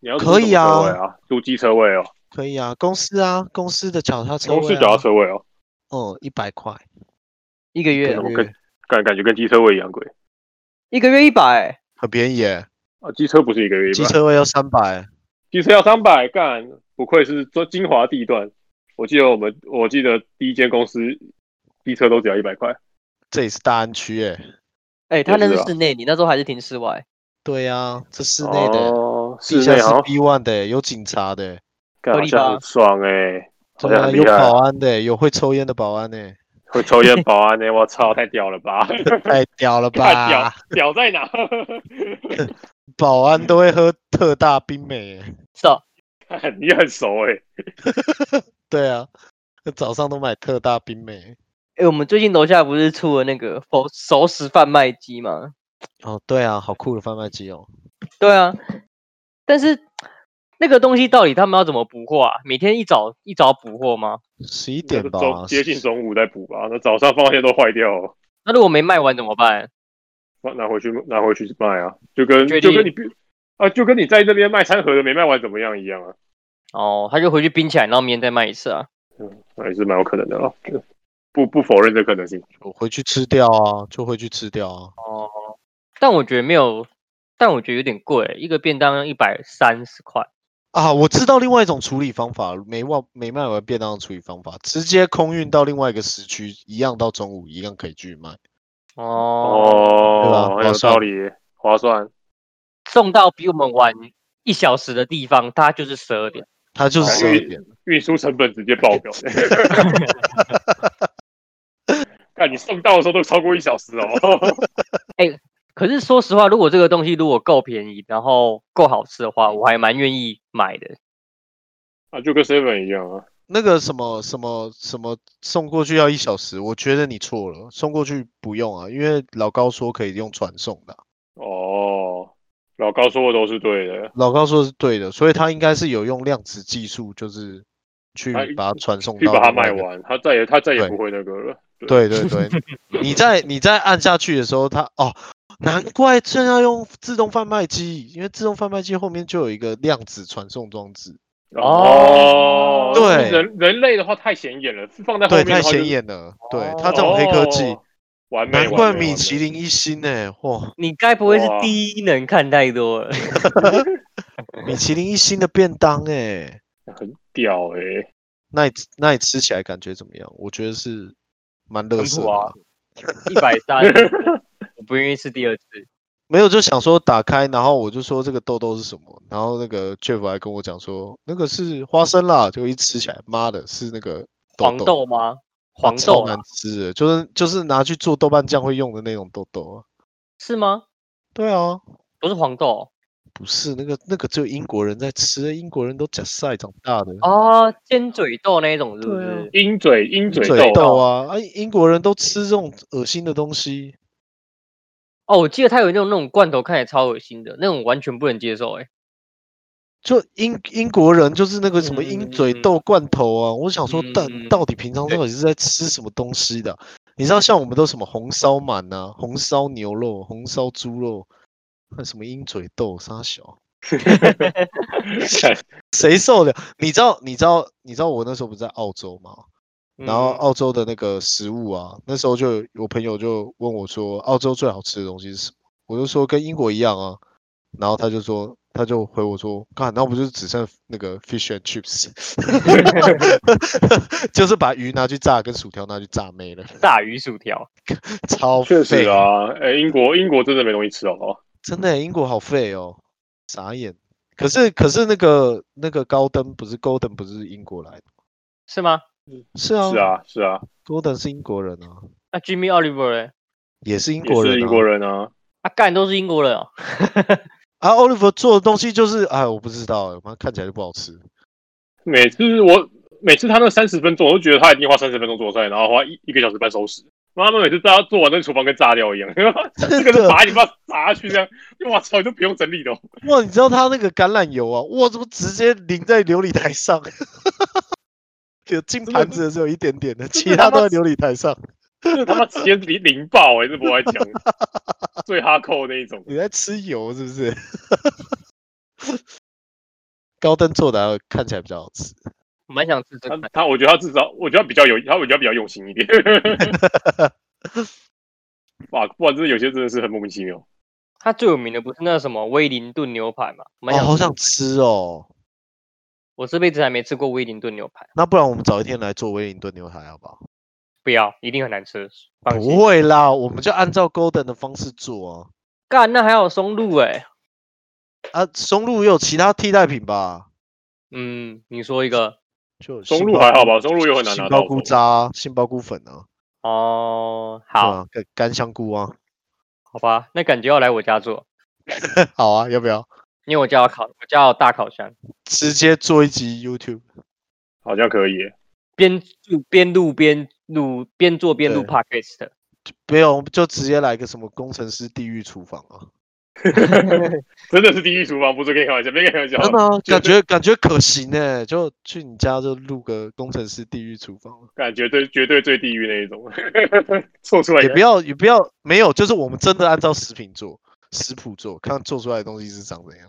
Speaker 2: 你要租
Speaker 1: 可以
Speaker 2: 什么
Speaker 1: 啊
Speaker 2: 车位啊，租机车位哦。
Speaker 1: 可以啊，公司啊，公司的脚踏车、啊，
Speaker 2: 公司脚踏，车位哦，
Speaker 1: 哦，一百块，
Speaker 3: 一个
Speaker 1: 一
Speaker 3: 月啊
Speaker 1: 个
Speaker 2: 啊我
Speaker 1: 月
Speaker 2: 跟感感觉跟机车位一样贵
Speaker 3: 一个月一百，
Speaker 1: 很便宜耶，
Speaker 2: 啊，机车不是一个月一
Speaker 1: 机
Speaker 2: 百，
Speaker 1: 车位要三百，
Speaker 2: 机车要三百，干，不愧是做精华地段。我记得我们，我记得第一间公司机车都只要一百块，
Speaker 1: 这也是大安区耶。
Speaker 3: 哎，他那
Speaker 2: 也
Speaker 3: 是
Speaker 2: 是啊
Speaker 3: 室内，你那时候还是停室外，
Speaker 1: 对啊，这室内的、
Speaker 2: 哦，室
Speaker 1: 地下
Speaker 2: 内
Speaker 1: 室
Speaker 2: 好像
Speaker 1: B one 的，有警察的，
Speaker 2: 干
Speaker 3: 合
Speaker 2: 好
Speaker 3: 理
Speaker 2: 像
Speaker 3: 吧
Speaker 2: 很爽哎，好
Speaker 1: 对
Speaker 2: 像
Speaker 1: 啊，
Speaker 2: 很
Speaker 1: 有
Speaker 2: 厉害，
Speaker 1: 保安的，有会抽烟的保安 呢，
Speaker 2: 会抽烟保安欸呢，我操，太屌了 吧，
Speaker 1: 太屌了
Speaker 2: 太屌
Speaker 1: 吧！，
Speaker 2: 屌在哪？
Speaker 1: 保安都会喝特大冰美耶，
Speaker 3: 是哦，
Speaker 2: 干你很熟哎，
Speaker 1: 对啊，早上都买特大冰美。
Speaker 3: 哎，我们最近楼下不是出了那个熟熟食贩卖机吗？
Speaker 1: 哦，对啊，好酷的贩卖机哦。
Speaker 3: 对啊，但是那个东西到底他们要怎么补货啊？每天一早一早补货吗？
Speaker 1: 十一
Speaker 2: 那
Speaker 1: 点
Speaker 2: 是
Speaker 1: 吧，
Speaker 2: 中接近中午再补吧，那早上放线都坏掉了。
Speaker 3: 那如果没卖完怎么办？
Speaker 2: 拿拿回去拿回去卖啊，就跟
Speaker 3: 确
Speaker 2: 就跟
Speaker 3: 定
Speaker 2: 你不啊，就跟你在那边卖餐盒的没卖完怎么样一样啊，
Speaker 3: 哦，他就回去冰起来，然后明天再卖一次啊。
Speaker 2: 那也是蛮有可能的啊，不不否认这可能性。
Speaker 1: 我回去吃掉啊，就回去吃掉啊。
Speaker 3: 哦，但我觉得没有，但我觉得有点贵，一个便当要一百三十块。
Speaker 1: 啊，我知道另外一种处理方法，没忘没卖完便当的处理方法，直接空运到另外一个时区，一样到中午一样可以继续卖。
Speaker 3: 哦，
Speaker 1: 对吧
Speaker 2: 哦，很
Speaker 1: 划
Speaker 2: 有
Speaker 1: 算
Speaker 2: 道理，划算。
Speaker 3: 送到比我们晚一小时的地方，它就是十二点。
Speaker 1: 它就是
Speaker 3: 哦
Speaker 1: 十二点，
Speaker 2: 运输成本直接爆 表。 看你送到的时候都超过一小时哦，
Speaker 3: 可是说实话，如果这个东西如果够便宜，然后够好吃的话，我还蛮愿意买的。
Speaker 2: 啊，就跟 seven 一样啊。
Speaker 1: 那个什么什么什么送过去要一小时，我觉得你错了，送过去不用啊，因为老高说可以用传送的啊，
Speaker 2: 哦，老高说的都是对的，
Speaker 1: 老高说的是对的，所以他应该是有用量子技术，就是去
Speaker 2: 他
Speaker 1: 把它传送
Speaker 2: 去
Speaker 1: 到
Speaker 2: 把它
Speaker 1: 另外
Speaker 2: 卖
Speaker 1: 一个。
Speaker 2: 完，他再也他再也
Speaker 1: 对
Speaker 2: 不会那个了。
Speaker 1: 对对 对，你在你在按下去的时候，它哦，难怪正要用自动贩卖机，因为自动贩卖机后面就有一个量子传送装置，
Speaker 3: 哦
Speaker 1: 对
Speaker 2: 人人类的话太显眼了，放在后
Speaker 1: 对，
Speaker 2: 面的
Speaker 1: 太
Speaker 2: 话就是
Speaker 1: 显，眼了，对
Speaker 3: 哦，
Speaker 1: 它这种黑科技，
Speaker 2: 哦完美，
Speaker 1: 难
Speaker 2: 完
Speaker 1: 怪
Speaker 2: 美
Speaker 1: 米其，林一星呢，哇，
Speaker 3: 你该不会是
Speaker 2: 哇
Speaker 3: 第一能看太多了？
Speaker 1: 米其林一星的便当哎，
Speaker 2: 完美很屌哎，
Speaker 1: 那你那你吃起来感觉怎么样？我觉得是蛮乐
Speaker 3: 很
Speaker 1: 色
Speaker 3: 普
Speaker 1: 的
Speaker 3: 啊
Speaker 1: 啊，
Speaker 3: 一百三，我不愿意吃第二次。
Speaker 1: 没有，就想说打开，然后我就说这个痘痘是什么，然后那个 Jeff 还跟我讲说那个是花生啦，结果一吃起来，妈的，是那个
Speaker 3: 黄
Speaker 1: 豆
Speaker 3: 豆吗？
Speaker 1: 哇
Speaker 3: 黄豆
Speaker 1: 超
Speaker 3: 啊
Speaker 1: 难吃的，就是就是拿去做豆瓣酱会用的那种豆豆啊。
Speaker 3: 是吗？
Speaker 1: 对啊，
Speaker 3: 不是黄豆
Speaker 1: 不是那个那个只有英国人在吃，英国人都假晒长大的。
Speaker 3: 哦，尖嘴豆那一种是不
Speaker 1: 对啊
Speaker 3: 是？
Speaker 2: 鹰嘴鹰嘴
Speaker 1: 嘴
Speaker 2: 豆
Speaker 1: 豆啊，啊，英国人都吃这种恶心的东西。
Speaker 3: 哦，我记得它有那种那种罐头，看起来超恶心的，那种完全不能接受哎、
Speaker 1: 就英英国人就是那个什么鹰嘴
Speaker 3: 嗯
Speaker 1: 豆罐头啊，我想说到
Speaker 3: 嗯
Speaker 1: 到底平常
Speaker 3: 对
Speaker 1: 到底是在吃什么东西的啊？你知道像我们都什么红烧鳗呐、红烧牛肉、红烧猪肉，那什么鹰嘴豆啥小，
Speaker 2: 看
Speaker 1: 谁受得了？你知道你知道你知道我那时候不是在澳洲吗？然后
Speaker 3: 嗯
Speaker 1: 澳洲的那个食物啊，那时候就有我朋友就问我说，澳洲最好吃的东西是什么？我就说跟英国一样啊，然后他就说，他就回我说，看，那不就是只剩那个 fish and chips，就是把鱼拿去炸，跟薯条拿去炸没了，
Speaker 3: 炸嗯鱼薯条，
Speaker 1: 超
Speaker 2: 确
Speaker 1: 哦
Speaker 2: 实
Speaker 1: 废，
Speaker 2: 啊，哎，英国英国真的没东西吃好不好？
Speaker 1: 真的耶，英国好废哦，傻眼。可是可是那个那个高登不是 Golden 不是英国来的，
Speaker 3: 是吗？
Speaker 1: 是啊
Speaker 2: 是啊是啊，
Speaker 1: ，Golden 是英国人啊，
Speaker 3: 那 Jimmy Oliver 嘞？
Speaker 1: 也是英
Speaker 2: 也
Speaker 1: 国人、啊，
Speaker 2: 是英国人啊，
Speaker 3: 啊，干都是英国人哦。
Speaker 1: 啊，Oliver 做的东西就是，哎，我不知道欸，反正看起来就不好吃。
Speaker 2: 每次我每次他那三十分钟，我都觉得他一定花三十分钟做菜，然后花一一个小时半收拾。妈妈每次炸做完，那个厨房跟炸掉一样， 这个是把你不知道砸下去这样。哇操，你都不用 整理的哦、
Speaker 1: 哇，你知道他那个橄榄油啊，哇，怎么直接淋在琉璃台上？ 有进
Speaker 2: 真的
Speaker 1: 盘子的只有一点点的，
Speaker 2: 真
Speaker 1: 其
Speaker 2: 的
Speaker 1: 他
Speaker 2: 他妈
Speaker 1: 都在琉璃台上。
Speaker 2: 这他妈直接零零爆哎、欸，这不爱讲，最哈扣那一种。
Speaker 1: 你在吃油是不是？ 高登做的啊看起来比较好吃。
Speaker 3: 我蛮想吃这
Speaker 2: 他
Speaker 3: 个。
Speaker 2: 他，我觉得他至少，我觉得他比较有，他我觉得他比较用心一点。 哇，不然真的有些真的是很莫名其妙。
Speaker 3: 它最有名的不是那什么威灵顿牛排嘛？
Speaker 1: 哦，
Speaker 3: 我蛮想
Speaker 1: 好
Speaker 3: 吃
Speaker 1: 想吃哦。
Speaker 3: 我这辈子还没吃过威灵顿牛排，
Speaker 1: 那不然我们早一天来做威灵顿牛排好不好？
Speaker 3: 不要，一定很难吃。放心
Speaker 1: 不，会啦，我们就按照 Golden 的方式做
Speaker 3: 干那还有松露哎、
Speaker 1: 啊。啊，松露也有其他替代品吧？
Speaker 3: 嗯，你说一个
Speaker 1: 就
Speaker 2: 松
Speaker 1: 杏
Speaker 2: 露
Speaker 1: 鲍
Speaker 2: 还好吧，松露又很难
Speaker 1: 杏
Speaker 2: 拿
Speaker 1: 鲍
Speaker 2: 到
Speaker 1: 菇
Speaker 2: 手。
Speaker 1: 渣啊、杏鲍菇粉啊，
Speaker 3: 哦，
Speaker 1: 对
Speaker 3: 好，
Speaker 1: 啊，干干香菇啊，
Speaker 3: 好吧，那感觉要来我家做，
Speaker 1: 好啊，要不要
Speaker 3: 因为我家有烤，我家有大烤箱，
Speaker 1: 直接做一集 YouTube？
Speaker 2: 好像可以耶。
Speaker 3: 边录边录边录边做边录
Speaker 1: 对
Speaker 3: podcast。
Speaker 1: 没有，我们就直接来个什么工程师地狱厨房啊！
Speaker 2: 真的是地狱厨房，不是跟你开玩笑，没跟你开玩
Speaker 1: 真的
Speaker 2: 笑。
Speaker 1: 啊、
Speaker 2: 绝
Speaker 1: 感觉感觉可行哎、就去你家就录个工程师地狱厨房啊，
Speaker 2: 感觉对，绝对最地狱那一种， 做出来
Speaker 1: 也
Speaker 2: 的
Speaker 1: 不要也不要没有，就是我们真的按照食品做食谱做，看做出来的东西是长怎样。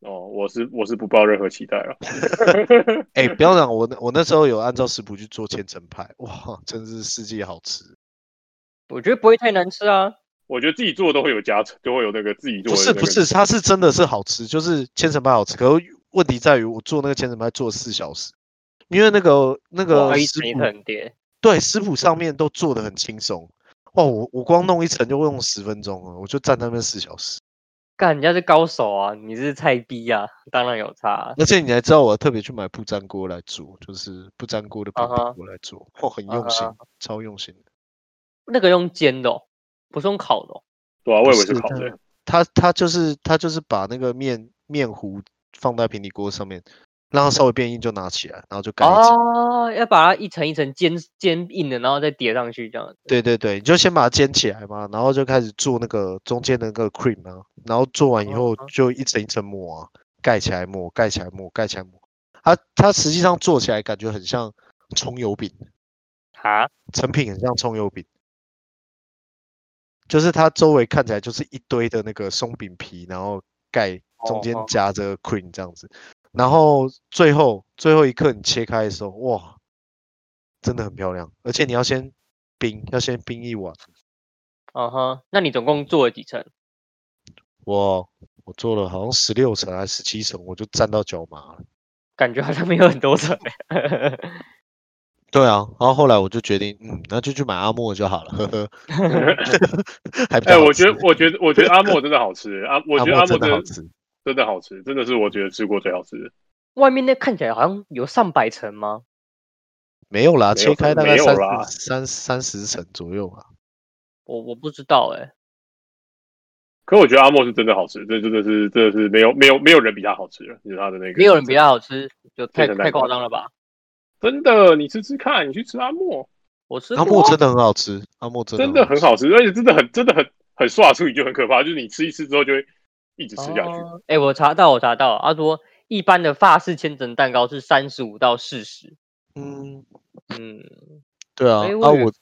Speaker 2: 哦，我是我是不抱任何期待了。
Speaker 1: 哎、不要讲我那我那时候有按照食谱去做千层派，哇，真是世界好吃，
Speaker 3: 我觉得不会太难吃啊。
Speaker 2: 我觉得自己做都会有加成，都会有那个自己
Speaker 1: 不
Speaker 2: 做的、
Speaker 1: 是
Speaker 2: 那个。
Speaker 1: 不是，它是真的是好吃，就是千层派好吃。可是问题在于我做那个千层派做了四小时，因为那个那
Speaker 3: 哇，
Speaker 1: 个
Speaker 3: 一
Speaker 1: 食
Speaker 3: 层一
Speaker 1: 谱
Speaker 3: 层叠，
Speaker 1: 对，食谱上面都做的很轻松。哇，我我光弄一层就用十分钟了，我就站在那边四小时。
Speaker 3: 干人家是高手啊，你是菜逼啊，当然有差啊、
Speaker 1: 而且你还知道，我还特别去买不粘锅来做，就是不粘锅的平
Speaker 3: 啊哈
Speaker 1: 底锅来做，哇，很用心
Speaker 3: 啊
Speaker 1: 超用心的。
Speaker 3: 那个用煎的、哦，不是用烤的、哦。
Speaker 2: 对啊，我以为
Speaker 1: 不是
Speaker 2: 是烤
Speaker 1: 这
Speaker 2: 的
Speaker 1: 样。他他就是他就是把那个面面糊放在平底锅上面，让它稍微变硬就拿起来，然后就盖起。
Speaker 3: 哦，要把它一层一层煎煎硬的，然后再叠上去这样子。
Speaker 1: 对对对，你就先把它煎起来嘛，然后就开始做那个中间的那个 cream 啊，然后做完以
Speaker 3: 嗯
Speaker 1: 后
Speaker 3: 嗯
Speaker 1: 就一层一层抹啊，盖起来抹，盖起来抹，盖起来抹。它它实际上做起来感觉很像葱油饼，
Speaker 3: 哈，
Speaker 1: 成品很像葱油饼，就是它周围看起来就是一堆的那个松饼皮，然后盖中
Speaker 3: 哦
Speaker 1: 间
Speaker 3: 哦
Speaker 1: 夹着 cream 这样子，然后最后最后一刻你切开的时候，哇，真的很漂亮，而且你要先冰，要先冰一晚。
Speaker 3: 嗯哼，那你总共做了几层？
Speaker 1: 我我做了好像十六层还是十七层，我就站到脚麻了。
Speaker 3: 感觉好像没有很多层 欸、
Speaker 1: 对啊，然后后来我就决定，嗯，那就去买阿莫就好了，呵 呵，还比
Speaker 2: 哎、
Speaker 1: 较好
Speaker 2: 我觉得
Speaker 1: 吃，
Speaker 2: 我觉得我觉得阿莫真的好吃，阿我
Speaker 1: 阿
Speaker 2: 觉得
Speaker 1: 莫
Speaker 2: 阿莫
Speaker 1: 真的
Speaker 2: 真的
Speaker 1: 好吃。
Speaker 2: 真的好吃，真的是我觉得吃过最好吃的。
Speaker 3: 外面那看起来好像有上百层吗？
Speaker 1: 没有啦，
Speaker 2: 没
Speaker 1: 切
Speaker 2: 有
Speaker 1: 开大
Speaker 2: 没
Speaker 1: 概
Speaker 2: 有
Speaker 1: 三
Speaker 2: 啦
Speaker 1: 十三三十层左右吧。
Speaker 3: 我我不知道哎、
Speaker 2: 可我觉得阿莫是真的好吃，这真的是真的是没有没有没有人比他好吃了，就是他的那个
Speaker 3: 没有人比它好吃，就太
Speaker 2: 非常
Speaker 3: 太
Speaker 2: 难
Speaker 3: 夸
Speaker 2: 搞
Speaker 3: 张了吧？
Speaker 2: 真的，你吃吃看，你去吃阿莫，
Speaker 3: 我吃
Speaker 1: 阿
Speaker 3: 过
Speaker 1: 莫
Speaker 3: 啊
Speaker 1: 真的很好吃，阿莫真的
Speaker 2: 真的很
Speaker 1: 吃。
Speaker 2: 好吃，而且真的很真的很很刷出你就很可怕，就是你吃一次之后就会一直吃下去。
Speaker 3: 哦哎、我查到，我查到，他说一般的法式千层蛋糕是三十五到四十。
Speaker 1: 嗯，
Speaker 3: 嗯，
Speaker 1: 对啊，
Speaker 3: 哎
Speaker 1: 啊
Speaker 3: 我以为
Speaker 1: 我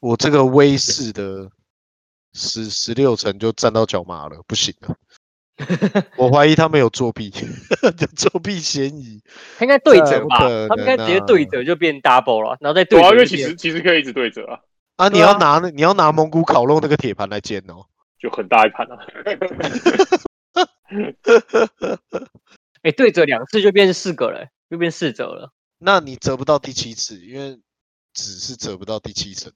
Speaker 1: 我这个威士的十十六层就站到脚麻了，不行 了。我怀疑他们有作弊， 有作弊嫌疑。
Speaker 3: 他应该对
Speaker 1: 这
Speaker 3: 折
Speaker 1: 不
Speaker 3: 吧
Speaker 1: 可？
Speaker 3: 他们应该
Speaker 1: 能
Speaker 3: 直接
Speaker 1: 啊
Speaker 3: 对折就变 double 了，然后再对
Speaker 2: 对啊，因
Speaker 3: 折就
Speaker 2: 为其
Speaker 3: 变
Speaker 2: 实其实可以一直对折啊，
Speaker 1: 啊，你
Speaker 3: 对
Speaker 1: 要
Speaker 3: 啊
Speaker 1: 拿那你要拿蒙古烤肉那个铁盘来煎哦。
Speaker 2: 就很大一盘啊。
Speaker 3: 哎、对折两次就变四个了欸，就变四折了。
Speaker 1: 那你折不到第七次，因为纸是折不到第七层。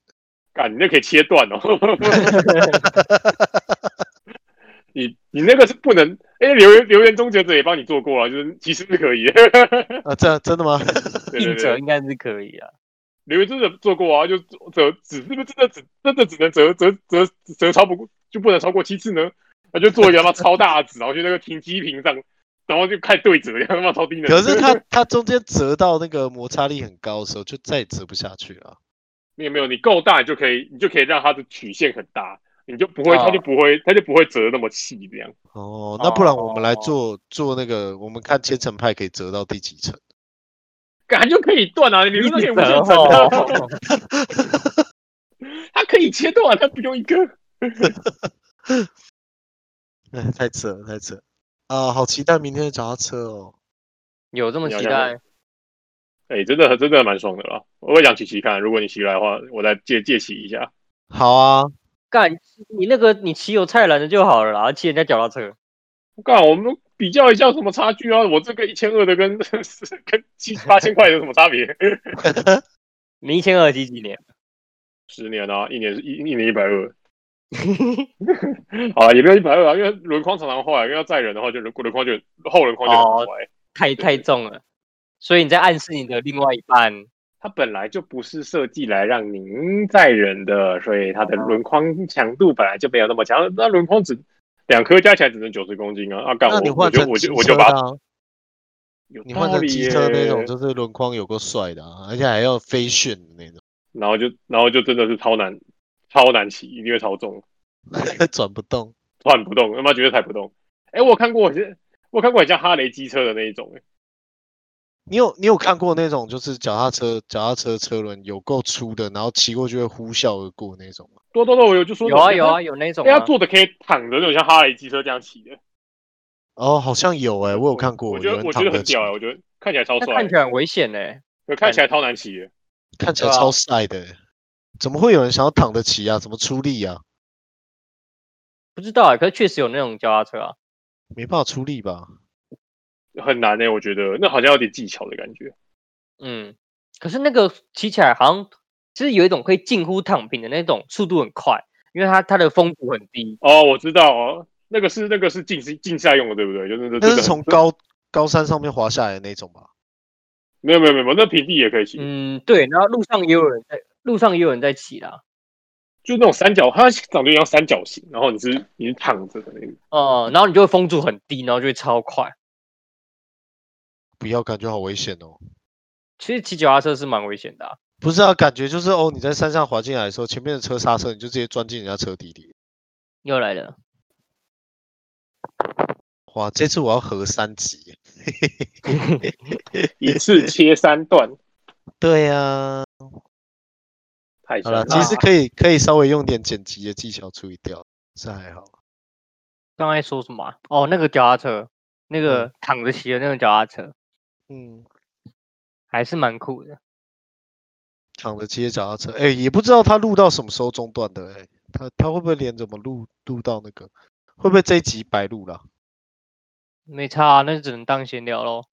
Speaker 2: 干，你那可以切断哦。 你你那个是不能，哎、留言留言终结者也帮你做过了，就是其实是可以。
Speaker 1: 啊，这真的吗？
Speaker 2: 对对
Speaker 3: 硬折
Speaker 2: 对，
Speaker 3: 应该是可以啊。
Speaker 2: 留言真的做过啊，就折只是不是真的只真的只能折折折折超不过就不能超过七次呢？那就做一个他妈超大的纸，然后去那个停机坪上，然后就看对折，他妈超低能。
Speaker 1: 可是它它中间折到那个摩擦力很高的时候，就再也折不下去了。
Speaker 2: 没有没有，你够大，你就可以你就可以让它的曲线很大，你就不会，它
Speaker 3: 哦
Speaker 2: 就不会，它就不会折那么细这样。
Speaker 1: 哦，那不然我们来
Speaker 3: 哦
Speaker 1: 做做那个，我们看千层派可以折到第几 层？
Speaker 2: 感就可以断啊，你
Speaker 3: 一
Speaker 2: 留那可
Speaker 3: 直
Speaker 2: 以无
Speaker 3: 折
Speaker 2: 限层啊，
Speaker 3: 哦，
Speaker 2: 它可以切断，它不用一个。
Speaker 1: 哎，太扯了，太扯了。啊、好期待明天的脚踏车哦。
Speaker 3: 有这么
Speaker 2: 你要
Speaker 3: 期
Speaker 2: 干嘛
Speaker 3: 待？
Speaker 2: 哎、真的真的蛮爽的啦！我会想骑骑看，如果你骑来的话，我再借借骑一下。
Speaker 1: 好啊，
Speaker 3: 干，你那个你骑有菜篮的就好了啦，骑人家脚踏车。
Speaker 2: 我干，我们比较一下有什么差距啊？我这个一千二的跟 跟七八千块有什么差别？
Speaker 3: 你一千二几几年？
Speaker 2: 十年啊，一年是一一年一百二。 好了，也没有一百二啊，因为轮框常常坏，因为要载人的话，就轮轮框就后轮框就
Speaker 1: 哦
Speaker 2: 很坏。
Speaker 3: 太太重了，所以你在暗示你的另外一半。
Speaker 2: 它本来就不是设计来让您载人的，所以它的
Speaker 1: 哦
Speaker 2: 轮框强度本来就没有那么强。那轮框只两颗加起来只能九十公斤啊！啊，干
Speaker 1: 那
Speaker 2: 我
Speaker 1: 你
Speaker 2: 我
Speaker 1: 换
Speaker 2: 就
Speaker 1: 成
Speaker 2: 我
Speaker 1: 机
Speaker 2: 就我
Speaker 1: 车的、
Speaker 2: 就把
Speaker 1: 啊，
Speaker 2: 有
Speaker 1: 你换
Speaker 2: 道
Speaker 1: 成
Speaker 2: 理
Speaker 1: 机车那种，
Speaker 2: 耶
Speaker 1: 就是轮框有够帅的、啊，而且还要飞旋的那种，
Speaker 2: 然后就然后就真的是超难超难骑，一定会超重，
Speaker 1: 转不动。
Speaker 2: 转不动，他妈绝对踩不动。哎、我看过，我看过很像哈雷机车的那一种、哎
Speaker 1: 你有你有看过那种就是脚踏车脚踏车车轮有够粗的，然后骑过去会呼啸而过那种吗？
Speaker 2: 多多多，我有就说
Speaker 3: 有啊有啊，有那种、
Speaker 2: 哎，他
Speaker 3: 啊。
Speaker 2: 坐着可以躺着，那种像哈雷机车这样骑的，
Speaker 1: 哦，好像有哎、我有看过，
Speaker 2: 我觉
Speaker 1: 有
Speaker 2: 得
Speaker 1: 人
Speaker 2: 我觉得
Speaker 1: 躺着
Speaker 2: 很屌、哎，
Speaker 1: 骑
Speaker 2: 我觉得看起来超
Speaker 3: 那
Speaker 2: 帅
Speaker 3: 看起，来很危险呢、
Speaker 2: 可看起来超难骑的。
Speaker 1: 看起来
Speaker 3: 对啊
Speaker 1: 超晒的、欸怎么会有人想要躺得起啊？怎么出力啊？
Speaker 3: 不知道哎、可是确实有那种脚踏车啊。
Speaker 1: 没办法出力吧？
Speaker 2: 很难呢、我觉得那好像有点技巧的感觉。
Speaker 3: 嗯，可是那个骑起来好像就是有一种可以近乎躺平的那种，速度很快，因为它它的风阻很低。
Speaker 2: 哦，我知道哦，那个是那个是竞赛竞赛用的，对不对？就是
Speaker 1: 那是从高高山上面滑下来的那种吧？
Speaker 2: 没有没有没有，那平地也可以骑，
Speaker 3: 嗯，对，然后路上也有人在路上也有人在骑啦。
Speaker 2: 就那种三角，它长得一样三角形，然后你是你是躺着的那个。
Speaker 3: 哦、然后你就会风阻很低，然后就会超快。
Speaker 1: 不要，感觉好危险哦。
Speaker 3: 其实骑脚踏车是蛮危险的啊、
Speaker 1: 不是啊，感觉就是哦，你在山上滑进来的时候，前面的车刹车，你就直接钻进人家车底里。
Speaker 3: 又来了，
Speaker 1: 哇，这次我要合三级。欸
Speaker 2: 一次切三段，
Speaker 1: 对啊呀、
Speaker 2: 太
Speaker 1: 好
Speaker 2: 香
Speaker 1: 了，其实可以可以稍微用点剪辑的技巧处理掉，这还好。
Speaker 3: 刚才说什么啊、嗯哦，那个脚踏车，那个躺着骑的那个脚踏车，
Speaker 1: 嗯，
Speaker 3: 还是蛮酷的。
Speaker 1: 躺着接脚踏车，哎，也不知道他录到什么时候中断的，哎，他他会不会连怎么录录到那个，会不会这一集白录了？
Speaker 3: 没差、啊，那就只能当闲聊喽。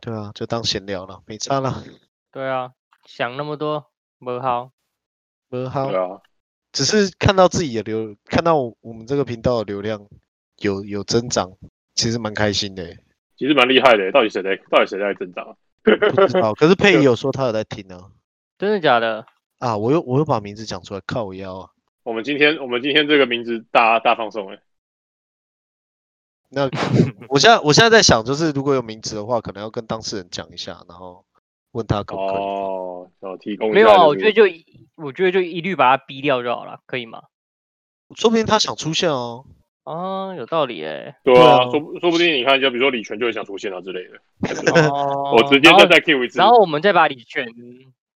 Speaker 1: 对啊，就当闲聊了，没差了。
Speaker 3: 对啊，想那么多不好。
Speaker 1: 呃，好
Speaker 2: 对，啊，
Speaker 1: 只是看到自己的流，看到我我们这个频道的流量有有增长，其实蛮开心的欸。
Speaker 2: 其实蛮厉害的。到底谁在到底谁在增长？
Speaker 1: 不知道，可 是佩仪有说他有在听啊。
Speaker 3: 真的假的？
Speaker 1: 啊，我又我又把名字讲出来，靠我腰啊。
Speaker 2: 我们今天我们今天这个名字大大放送哎、
Speaker 1: 那我现在我现在在想，就是如果有名字的话，可能要跟当事人讲一下，然后问他可不可以。
Speaker 2: 哦，然后提供一下
Speaker 3: 没有啊，
Speaker 2: 就是
Speaker 3: 我觉得就一我觉得就一律把它逼掉就好了，可以吗？
Speaker 1: 说不定他想出现哦。
Speaker 3: 啊，有道理 哎、
Speaker 2: 对啊，
Speaker 1: 对啊
Speaker 2: 说不说不定你看，就比如说李泉就会想出现啊之类的。，
Speaker 3: 哦
Speaker 2: 我直接
Speaker 3: 然
Speaker 2: 再
Speaker 3: 后
Speaker 2: 再 Q 一次，
Speaker 3: 然后我们再把李全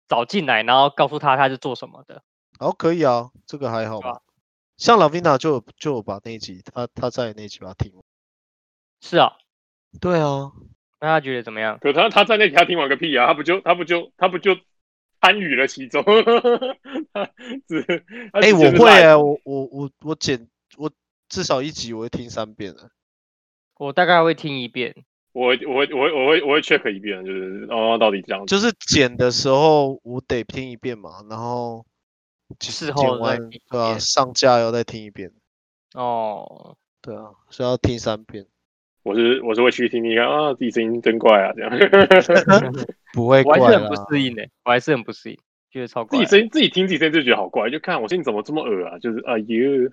Speaker 3: 找进来，然后告诉他他是做什么的。
Speaker 1: 哦，可以啊，这个还好
Speaker 3: 对啊
Speaker 1: 吧。像拉维娜就有就有把那一集他他在那一集把它听完。
Speaker 3: 是啊，
Speaker 1: 对啊，
Speaker 3: 那他觉得怎么样？
Speaker 2: 可他他在那里他听完个屁啊！他不就他不就他不就参与了其中？ 他只哎
Speaker 1: 哎、我会啊，我我我我剪我至少一集我会听三遍的。
Speaker 3: 我大概会听一遍。
Speaker 2: 我会我会我会我会我会 check 一遍，就是哦到底这样子。
Speaker 1: 就是剪的时候我得听一遍嘛，然后就
Speaker 3: 事
Speaker 1: 是
Speaker 3: 后
Speaker 1: 剪
Speaker 3: 再
Speaker 1: 完
Speaker 3: 听一
Speaker 1: 对啊，
Speaker 3: 遍
Speaker 1: 上架要再听一遍，
Speaker 3: 哦，
Speaker 1: 对啊，所以要听三遍，
Speaker 2: 我是我是会去听听看啊，自己声音真怪啊，这样
Speaker 3: 嗯
Speaker 1: 不会
Speaker 3: 我还
Speaker 1: 怪
Speaker 3: 是很不
Speaker 1: 啦。
Speaker 3: 适应的、我还是很不适应，觉得超
Speaker 2: 自
Speaker 3: 怪
Speaker 2: 己
Speaker 3: 的。
Speaker 2: 声音自己听自己声音就觉得好怪，就看我声音怎么这么恶啊，就是哎呦，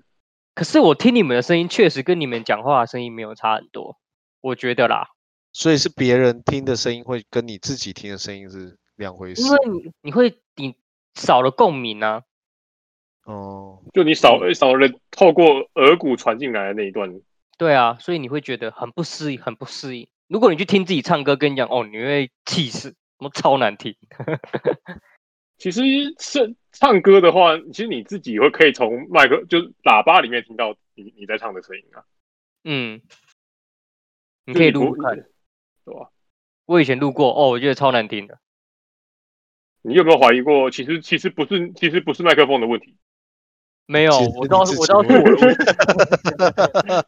Speaker 3: 可是我听你们的声音，确实跟你们讲话的声音没有差很多，我觉得啦，
Speaker 1: 所以是别人听的声音会跟你自己听的声音是两回事
Speaker 3: 因为你你会你少了共鸣啊，
Speaker 1: 哦。
Speaker 2: 就你少
Speaker 3: 嗯
Speaker 2: 少了透过耳骨传进来的那一段，
Speaker 3: 对啊，所以你会觉得很不适应，很不适应。如果你去听自己唱歌，跟你讲哦，你会气死，我超难听。
Speaker 2: 其实是唱歌的话，其实你自己会可以从麦克就是喇叭里面听到你你在唱的声音啊。
Speaker 3: 嗯，你可以录录看。
Speaker 4: 对吧？
Speaker 3: 我以前录过哦，我觉得超难听的。
Speaker 4: 你有没有怀疑过？其实其实不是，其实不是麦克风的问题，
Speaker 3: 没有
Speaker 1: 其实，
Speaker 3: 我
Speaker 1: 你
Speaker 3: 倒
Speaker 1: 自
Speaker 3: 是我
Speaker 1: 己
Speaker 3: 倒是
Speaker 1: 录
Speaker 3: 我的问 题，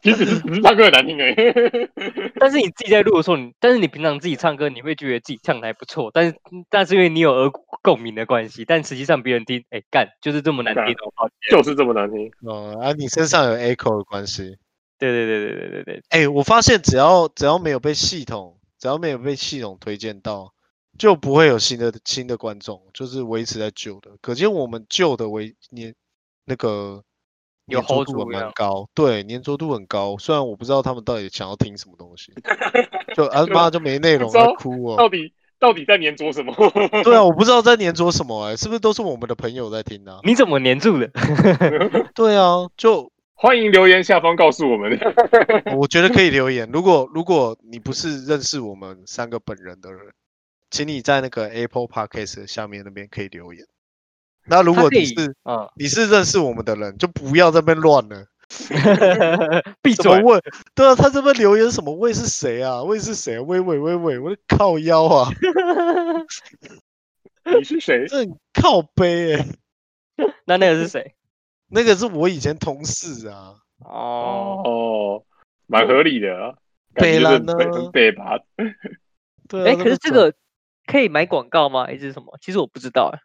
Speaker 4: 其实只是只是唱歌很难听而已。
Speaker 3: 但是你自己在录的时候，你但是你平常自己唱歌，你会觉得自己唱的还不错，但是嗯但是因为你有耳共鸣的关系，但实际上别人听，哎、干就是这么难
Speaker 4: 干
Speaker 3: 听哦。抱歉
Speaker 4: 就是这么难听。
Speaker 1: 哦，啊，你身上有 echo 的关系。
Speaker 3: 对对对对对对对，
Speaker 1: 哎，我发现只要只要没有被系统，只要没有被系统推荐到，就不会有新的新的观众，就是维持在旧的。可见我们旧的维粘那个
Speaker 3: 有
Speaker 1: 粘着
Speaker 3: hold
Speaker 1: 度
Speaker 3: 住
Speaker 1: 很
Speaker 3: 这
Speaker 1: 蛮
Speaker 3: 样
Speaker 1: 高，对，粘着度很高。虽然我不知道他们到底想要听什么东 西，就啊
Speaker 4: 就
Speaker 1: 妈就没内
Speaker 4: 不
Speaker 1: 容
Speaker 4: 知
Speaker 1: 要
Speaker 4: 道
Speaker 1: 哭
Speaker 4: 到
Speaker 1: 哦。
Speaker 4: 底到底在粘着 什么？
Speaker 1: 对啊，我不知道在粘着什么哎、是不是都是我们的朋友在听呢、啊
Speaker 3: 你怎么黏住的？
Speaker 1: 对啊，就
Speaker 4: 欢迎留言下方告诉我 们。
Speaker 1: 我觉得可以留言。如果如果你不是认识我们三个本人的人，请你在那个 Apple Podcast 下面那边可以留言。那如
Speaker 3: 他
Speaker 1: 果
Speaker 3: 可
Speaker 1: 你
Speaker 3: 以
Speaker 1: 是
Speaker 3: 嗯，
Speaker 1: 你是认识我们的人，就不要在那边乱了。
Speaker 3: 闭
Speaker 1: 怎么
Speaker 3: 嘴！
Speaker 1: 问？对啊，他这边留言什么？喂是谁啊？喂是谁啊？喂喂喂喂！我的靠腰啊，
Speaker 4: 你是谁？
Speaker 1: 这很靠背哎、
Speaker 3: 那那个是谁？
Speaker 1: 那个是我以前同事啊。
Speaker 3: 哦，
Speaker 4: 哦，蛮合理的啊。
Speaker 1: 北兰呢
Speaker 4: 感觉就是很北北吧，
Speaker 1: 对啊，
Speaker 3: 哎、
Speaker 1: 那
Speaker 3: 可是这
Speaker 1: 转
Speaker 3: 个可以买广告吗？还是什么？其实我不知道哎、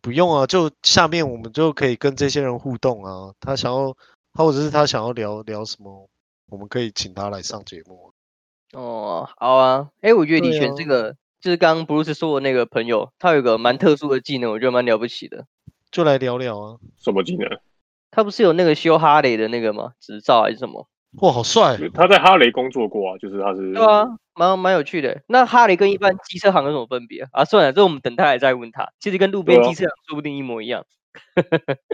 Speaker 1: 不用啊，就下面我们就可以跟这些人互动啊。他想要，他或者是他想要聊聊什么，我们可以请他来上节目啊。
Speaker 3: 哦，好啊。哎、我觉得你
Speaker 1: 对
Speaker 3: 选
Speaker 1: 啊
Speaker 3: 这个，就是刚刚布鲁斯说的那个朋友，他有一个蛮特殊的技能，我觉得蛮了不起的。
Speaker 1: 就来聊聊啊。
Speaker 4: 什么技 能？
Speaker 3: 他不是有那个修哈雷的那个吗？执照还是什么？
Speaker 1: 哇，好帅！
Speaker 4: 他在哈雷工作过啊，就是他是
Speaker 3: 对啊，蛮蛮有趣的。那哈雷跟一般机车行有什么分别啊啊？算了，这我们等他来再问他。其实跟路
Speaker 4: 对
Speaker 3: 边
Speaker 4: 啊
Speaker 3: 机车行说不定一模一样。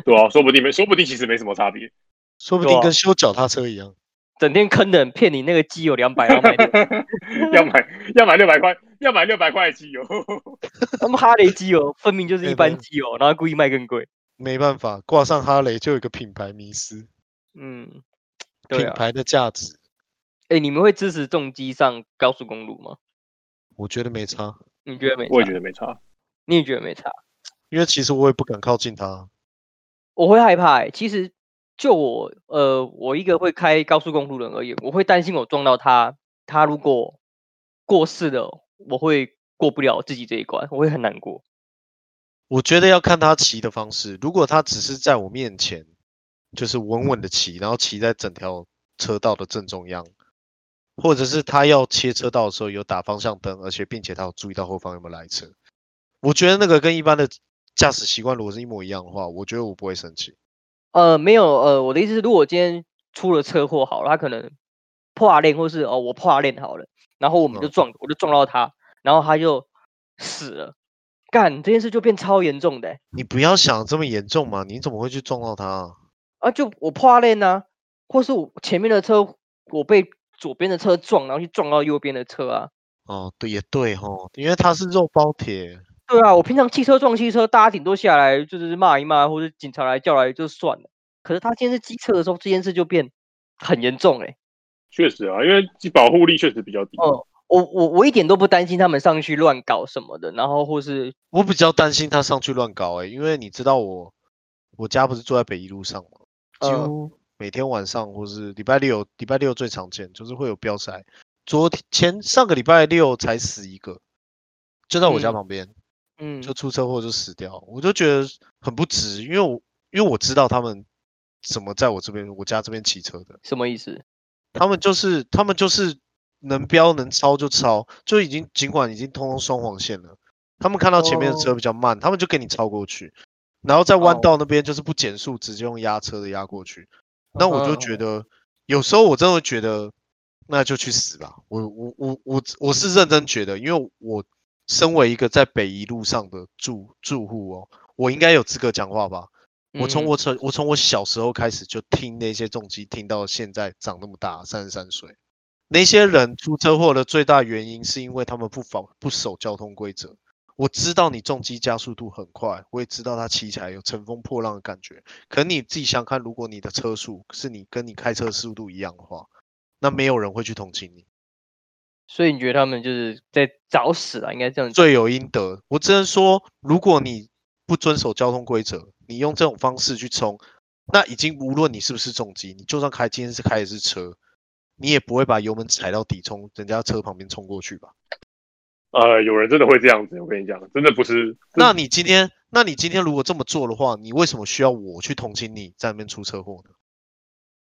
Speaker 4: 对啊，说不定没，说不定其实没什么差 别。
Speaker 1: 说不
Speaker 3: 对
Speaker 1: 定
Speaker 3: 啊
Speaker 1: 跟修脚踏车一样。
Speaker 3: 整天坑人骗你那个机油两百，然后卖你
Speaker 4: 要买要买六百块，要买六百块的机油。
Speaker 3: 他们哈雷机油分明就是
Speaker 1: 对
Speaker 3: 一
Speaker 1: 对
Speaker 3: 般机油，然后故意卖更贵。
Speaker 1: 没办法，挂上哈雷就有一个品牌迷失，
Speaker 3: 嗯，对
Speaker 1: 品
Speaker 3: 啊。
Speaker 1: 牌的价值，
Speaker 3: 哎、你们会支持重机上高速公路吗？
Speaker 1: 我觉得没差，
Speaker 3: 你觉得没差？
Speaker 4: 我也觉得没差。
Speaker 3: 你也觉得没差？
Speaker 1: 因为其实我也不敢靠近他。啊
Speaker 3: 我会害怕、欸。其实就我呃，我一个会开高速公路的人而言，我会担心我撞到他，他如果过世了，我会过不了自己这一关，我会很难过。
Speaker 1: 我觉得要看他骑的方式，如果他只是在我面前，就是稳稳的骑，然后骑在整条车道的正中央，或者是他要切车道的时候有打方向灯，而且并且他有注意到后方有没有来车，我觉得那个跟一般的驾驶习惯如果是一模一样的话，我觉得我不会生气。
Speaker 3: 呃，没有呃，我的意思是，如果今天出了车祸好了，他可能破链，或是哦我破链好了，然后我们就
Speaker 1: 嗯
Speaker 3: 撞，我就撞到他，然后他就死了。干这件事就变超严重的欸、
Speaker 1: 你不要想这么严重嘛，你怎么会去撞到他啊、
Speaker 3: 啊，就我破链呐，或是我前面的车我被左边的车撞，然后去撞到右边的车啊。
Speaker 1: 哦，对，也对吼，因为他是肉包铁，
Speaker 3: 对啊，我平常汽车撞汽车，大家顶多下来就是骂一骂，或者警察来叫来就算了。可是他今天是机车的时候，这件事就变很严重哎、
Speaker 4: 确实啊，因为保护力确实比较低。
Speaker 3: 哦我我我一点都不担心他们上去乱搞什么的，然后或是
Speaker 1: 我比较担心他上去乱搞哎、因为你知道我我家不是住在北一路上吗？几
Speaker 3: 嗯
Speaker 1: 乎每天晚上或是礼拜六，礼拜六最常见就是会有飙塞。昨天前上个礼拜六才死一个，就在我家
Speaker 3: 嗯
Speaker 1: 旁边，
Speaker 3: 嗯，
Speaker 1: 就出车祸就死掉，我就觉得很不值，因为我因为我知道他们怎么在我这边我家这边骑车的。
Speaker 3: 什么意思？
Speaker 1: 他们就是他们就是能飙能超就超，就已经尽管已经通通双黄线了，他们看到前面的车
Speaker 3: 哦
Speaker 1: 比较慢，他们就给你超过去，然后在弯
Speaker 3: 哦
Speaker 1: 道那边就是不减速，直接用压车的压过去。那我就觉
Speaker 3: 嗯
Speaker 1: 得，有时候我真的觉得，那就去死吧。我我我我我是认真觉得，因为我身为一个在北一路上的住住户哦，我应该有资格讲话吧？我从
Speaker 3: 嗯
Speaker 1: 我从我从我小时候开始就听那些重击，听到现在长那么大，三十三岁。那些人出车祸的最大原因是因为他们不防不守交通规则。我知道你重击加速度很快，我也知道它骑起来有乘风破浪的感觉。可你自己想想看，如果你的车速是你跟你开车速度一样的话，那没有人会去同情你。
Speaker 3: 所以你觉得他们就是在找死啊？应该这样讲。
Speaker 1: 罪有应得。我只能说，如果你不遵守交通规则，你用这种方式去冲，那已经无论你是不是重机，你就算开今天是开的是车，你也不会把油门踩到底冲人家车旁边冲过去吧？
Speaker 4: 呃，有人真的会这样子，我跟你讲，真的不是。
Speaker 1: 那你今天，那你今天如果这么做的话，你为什么需要我去同情你在那边出车祸呢？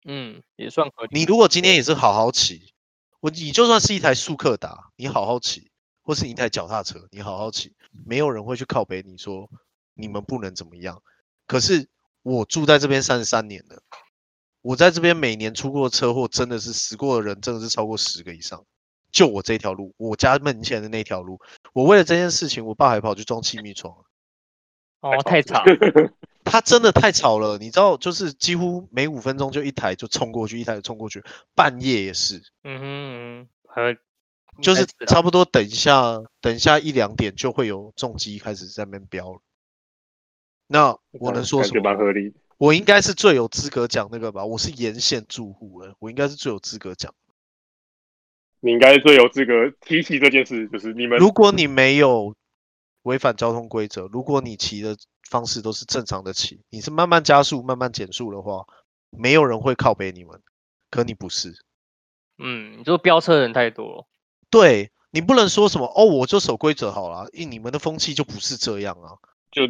Speaker 3: 嗯，也算合理。
Speaker 1: 你如果今天也是好好骑，我你就算是一台速克达，你好好骑，或是一台脚踏车，你好好骑，没有人会去靠北你说你们不能怎么样。可是我住在这边三十三年了，我在这边每年出过车祸，真的是死过的人真的是超过十个以上。就我这条路，我家门前的那条路，我为了这件事情，我爸还跑去装气密窗了。
Speaker 3: 哦，太吵。
Speaker 1: 它真的太吵了，你知道，就是几乎每五分钟就一台就冲过去，一台就冲过去，半夜也是。
Speaker 3: 嗯哼嗯哼，合应
Speaker 1: 就
Speaker 3: 该啊
Speaker 1: 是
Speaker 3: 啦
Speaker 1: 差不多等一下，等一下一两点就会有重机开始在那边飙了。那我能说
Speaker 4: 感
Speaker 1: 什
Speaker 4: 觉蛮
Speaker 1: 么？
Speaker 4: 合理的。
Speaker 1: 我应该是最有资格讲那个吧？我是沿线住户哎，我应该是最有资格讲。
Speaker 4: 你应该最有资格提起这件事，就是你们
Speaker 1: 如果你没有违反交通规则，如果你骑的方式都是正常的骑，你是慢慢加速、慢慢减速的话，没有人会靠北你们。可你不是，
Speaker 3: 嗯，你说飙车的人太多了。
Speaker 1: 对你不能说什么哦，我就守规则好了，啊因你们的风气就不是这样啊。
Speaker 4: 就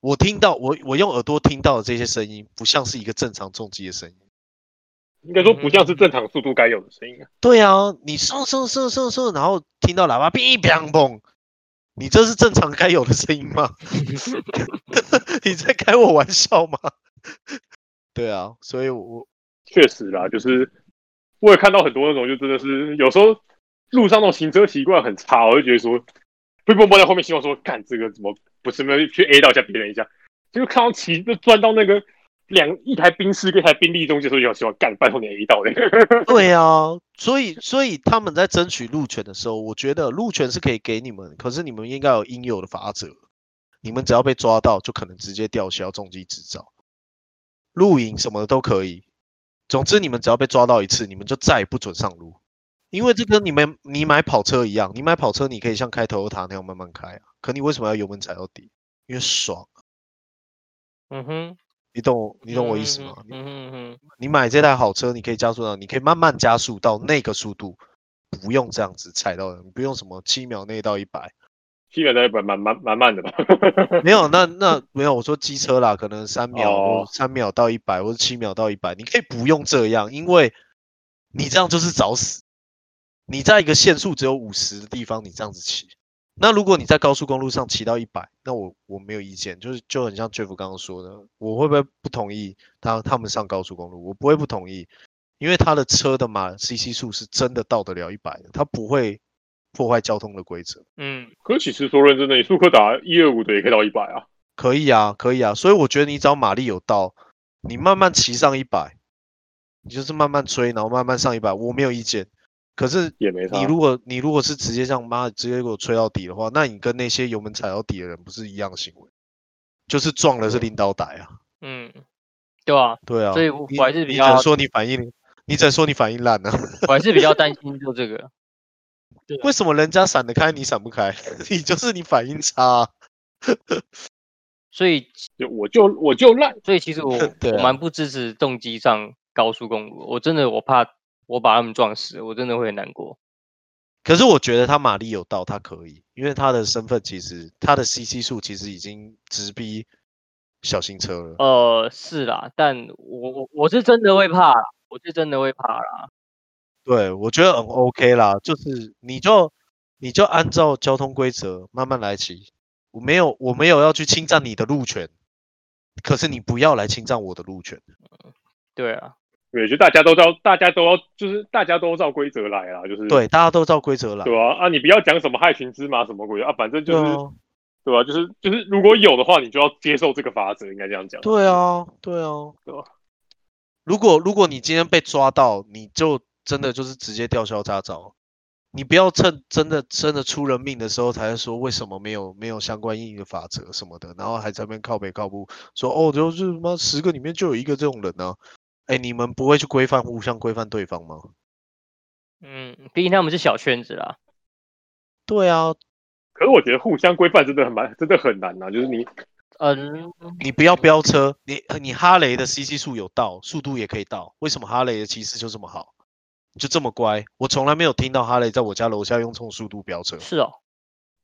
Speaker 1: 我听到我我用耳朵听到的这些声音，不像是一个正常重击的声音。
Speaker 4: 应该说不像是正常速度该有的声音啊。
Speaker 1: 对啊，你上上上上上，然后听到喇叭哔砰砰，你这是正常该有的声音吗？ 你在开我玩笑吗？ 对啊，所以我
Speaker 4: 确实啦，就是我也看到很多那种，就真的是有时候路上那种行车习惯很差，我就觉得说，会默默在后面希望说，干这个怎么不是没有去 A 到一下别人一下，就看到骑就钻到那个两一台冰丝跟一台宾利中间的时候，有希望干拜托你 A 到那 个，
Speaker 1: 对啊，所以所以他们在争取路权的时候，我觉得路权是可以给你们，可是你们应该有应有的法则。你们只要被抓到，就可能直接吊销重机执照、露营什么的都可以。总之，你们只要被抓到一次，你们就再也不准上路，因为这跟你们你买跑车一样，你买跑车你可以像开 Toyota 那样慢慢开啊，可你为什么要油门踩到底？因为爽，
Speaker 3: 嗯哼，
Speaker 1: 你懂我你懂我意思
Speaker 3: 嗯
Speaker 1: 吗？
Speaker 3: 哼嗯哼嗯哼。
Speaker 1: 你买这台好车，你可以加速到，你可以慢慢加速到那个速度，不用这样子踩到人，不用什么七秒内到一百，
Speaker 4: 基本上蛮蛮蛮蛮慢的吧。
Speaker 1: 没有，那那没有，我说机车啦，可能三秒
Speaker 4: 哦
Speaker 1: 或三秒到一百，或者七秒到一百，你可以不用这样，因为你这样就是找死。你在一个限速只有五十的地方，你这样子骑，那如果你在高速公路上骑到一百，那我我没有意见，就是就很像 Jeff 刚刚说的，我会不会不同意他他们上高速公路？我不会不同意，因为他的车的嘛 CC 数是真的到得了一百的，他不会破坏交通的规则。
Speaker 3: 嗯，
Speaker 4: 可是其实说认真的，你速克达一二五的也可以到一百啊。
Speaker 1: 可以啊，可以啊，所以我觉得你只要马力有到，你慢慢骑上一百，你就是慢慢追，然后慢慢上一百，我没有意见。可是
Speaker 4: 也没差
Speaker 1: 你如果你如果是直接这样妈的直接给我吹到底的话，那你跟那些油门踩到底的人不是一样的行为，就是撞了是领导歹啊，
Speaker 3: 嗯，对啊，
Speaker 1: 对啊。
Speaker 3: 所以我
Speaker 1: 你
Speaker 3: 我还是比
Speaker 1: 你只能
Speaker 3: 较
Speaker 1: 说你反应，你只能说你反应烂啊。
Speaker 3: 我还是比较担心就这个。
Speaker 1: 为什么人家闪得开你闪不开？ 你就是你反应差啊、
Speaker 3: 所以，
Speaker 4: 就我就我就烂，
Speaker 3: 所以其实我
Speaker 1: 对
Speaker 3: 我
Speaker 1: 啊
Speaker 3: 蛮不支持重机上高速公路的，我真的我怕我把他们撞死，我真的会很难过。
Speaker 1: 可是我觉得他马力有到，他可以，因为他的身份其实他的 CC 数其实已经直逼小型车
Speaker 4: 哦
Speaker 1: 了。
Speaker 3: 呃，是啦，但我我我是真的会怕啦，我是真的会怕啦。
Speaker 1: 对，我觉得很 OK 啦，就是你就你就按照交通规则慢慢来骑。我没有我没有要去侵占你的路权，可是你不要来侵占我的路权。
Speaker 3: 对啊，
Speaker 4: 对，就大家都照，大家都要，就是大家都照规则来啦，就是
Speaker 1: 对，大家都照规则来。
Speaker 4: 对啊，啊，你不要讲什么害群之马什么鬼啊，反正就
Speaker 1: 对
Speaker 4: 是
Speaker 1: 啊，
Speaker 4: 对吧、就是就是，如果有的话，你就要接受这个法则，应该这样讲。
Speaker 1: 对啊，对啊，
Speaker 4: 对吧
Speaker 1: 如果如果你今天被抓到，你就真的就是直接吊销驾照，你不要趁真的真的出人命的时候才说为什么没有没有相关应的法则什么的，然后还在那边靠北靠步说哦就是他妈十个里面就有一个这种人呢、啊，哎你们不会去规范互相规范对方吗？
Speaker 3: 嗯，毕竟他们是小圈子啦。
Speaker 1: 对啊，
Speaker 2: 可是我觉得互相规范真的很蛮，真的很难呐、啊就是你
Speaker 3: 嗯，
Speaker 1: 你不要飙车，你你哈雷的 CC 数有到，速度也可以到，为什么哈雷的骑士就这么好，就这么乖？我从来没有听到哈雷在我家楼下用这种速度飙车。
Speaker 3: 是哦，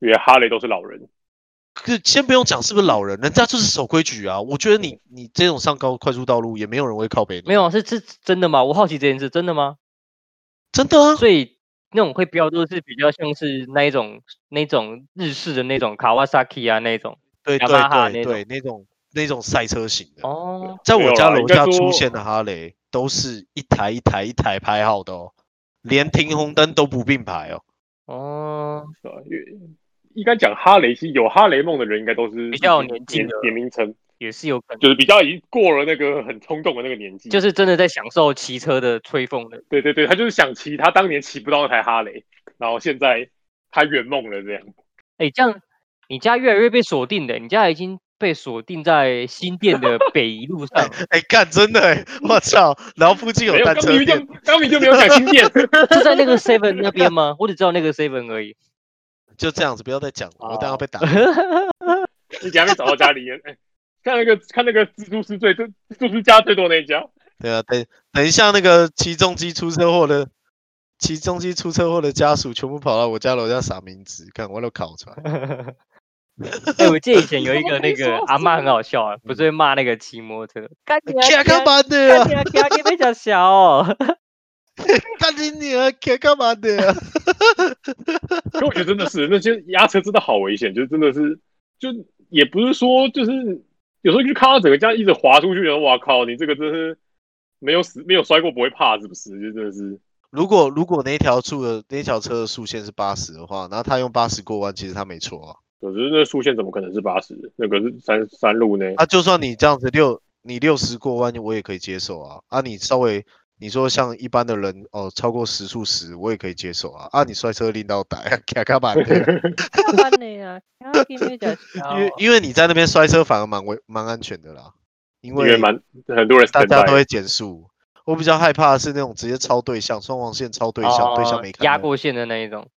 Speaker 2: 连哈雷都是老人，
Speaker 1: 可先不用讲是不是老人，人家就是守规矩啊。我觉得你你这种上高快速道路也没有人会靠北你，
Speaker 3: 没有啊，是是真的吗？我好奇这件事，真的吗？
Speaker 1: 真的啊。
Speaker 3: 所以那种会标都是比较像是那一种那种日式的那种卡瓦萨 k 啊那种。
Speaker 1: 对
Speaker 3: 雅马哈
Speaker 1: 对对对，那种那种赛车型的，
Speaker 3: 哦，
Speaker 1: 在
Speaker 2: 没
Speaker 1: 我
Speaker 2: 有
Speaker 1: 家
Speaker 2: 啦
Speaker 1: 楼
Speaker 2: 应该
Speaker 1: 下
Speaker 2: 说
Speaker 1: 出现的哈雷都是一台一台一台排好的哦，连停红灯都不并排哦。
Speaker 3: 哦，
Speaker 2: 是吧？因为应该讲哈雷，其实有哈雷梦的人应该都是
Speaker 3: 比较有年纪的
Speaker 2: 年年龄层，
Speaker 3: 也是有可能，
Speaker 2: 就是比较已经过了那个很冲动的那个年纪。
Speaker 3: 就是真的在享受骑车的吹风的。
Speaker 2: 对对对，他就是想骑他当年骑不到那台哈雷，然后现在他圆梦了这样。
Speaker 3: 哎，这样你家越来越被锁定的，你家已经被锁定在新店 的北宜路上了，
Speaker 1: 哎，干真的哎，我操！然后附近
Speaker 2: 没有，
Speaker 1: 单
Speaker 2: 刚
Speaker 1: 车
Speaker 2: 明就
Speaker 1: 店，
Speaker 2: 刚明就没有讲新店，
Speaker 3: 是在那个 Seven 那边吗？我只知道那个 Seven 而 已。
Speaker 1: 就这样子，不要再讲了，我等下
Speaker 3: 哦
Speaker 1: 被 打。
Speaker 2: 你等一下被找到家里人。哎看那个看那个蜘蛛丝最蜘蛛丝家最多那一家，
Speaker 1: 对啊，等等一下那个骑重机出车祸的，骑重机出车祸的家属全部跑到我家楼下撒名字，看我都考 出来。
Speaker 3: 哎、我记得以前有一个
Speaker 5: 怎么可以
Speaker 3: 那个
Speaker 5: 说
Speaker 3: 阿嬷很
Speaker 5: 是
Speaker 3: 好笑啊，不是会骂那个骑摩托的，干你啊，
Speaker 1: 卡干
Speaker 3: 干
Speaker 1: 嘛的啊
Speaker 3: 干？你啊，干你被讲小哦，
Speaker 1: 干你女儿，卡干嘛的啊？
Speaker 2: 可我觉得真的是那些压车真的好危险，就是真的是就也不是说就是有时候就看到整个这样一直滑出去，然后哇靠，你这个真是没有死没有摔过不会怕是不是？就真的是
Speaker 1: 如果如果那条柱的那条车的速限是八十的话，然后他用八十过弯，其实他没错啊。
Speaker 2: 可是那速线怎么可能是八十？那个是山山路呢？
Speaker 1: 啊，就算你这样子六，你六十过弯，我也可以接受啊。啊，你稍微你说像一般的人哦，超过时速十，我也可以接受啊。啊，你摔车拎到打， 卡干嘛的啊？
Speaker 5: 干你啊！干你没讲笑
Speaker 3: 哦
Speaker 1: 因为因为你在那边摔车反而蛮危蛮安全的啦，因
Speaker 2: 因为
Speaker 1: 为
Speaker 2: 蛮很多人
Speaker 1: 大
Speaker 2: stand
Speaker 1: 家
Speaker 2: by
Speaker 1: 都会减速。我比较害怕的是那种直接超对向，双黄线超 对向，对向
Speaker 3: 哦
Speaker 1: 没看
Speaker 3: 压
Speaker 1: 到
Speaker 3: 过线的那一种，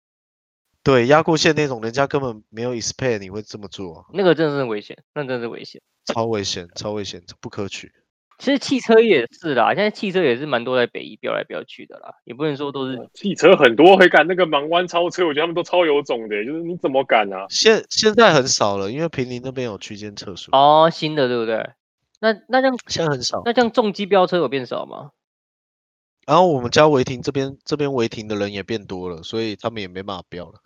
Speaker 1: 对压过线那种，人家根本没有 expect 你会这么做啊，
Speaker 3: 那个真的是危险，那真的是危险。
Speaker 1: 超危险，超危险，不可取。
Speaker 3: 其实汽车也是啦，现在汽车也是蛮多在北宜飙来飙去的啦，也不能说都是
Speaker 2: 汽车很多会干那个盲弯超车，我觉得他们都超有种的，就是你怎么敢啊？
Speaker 1: 现现在很少了，因为平林那边有区间测速，
Speaker 3: 哦新的，对不对？那那这样
Speaker 1: 现在很少。
Speaker 3: 那这样重机飙车有变少吗？
Speaker 1: 然后我们家违停这边这边违停的人也变多了，所以他们也没办法标了。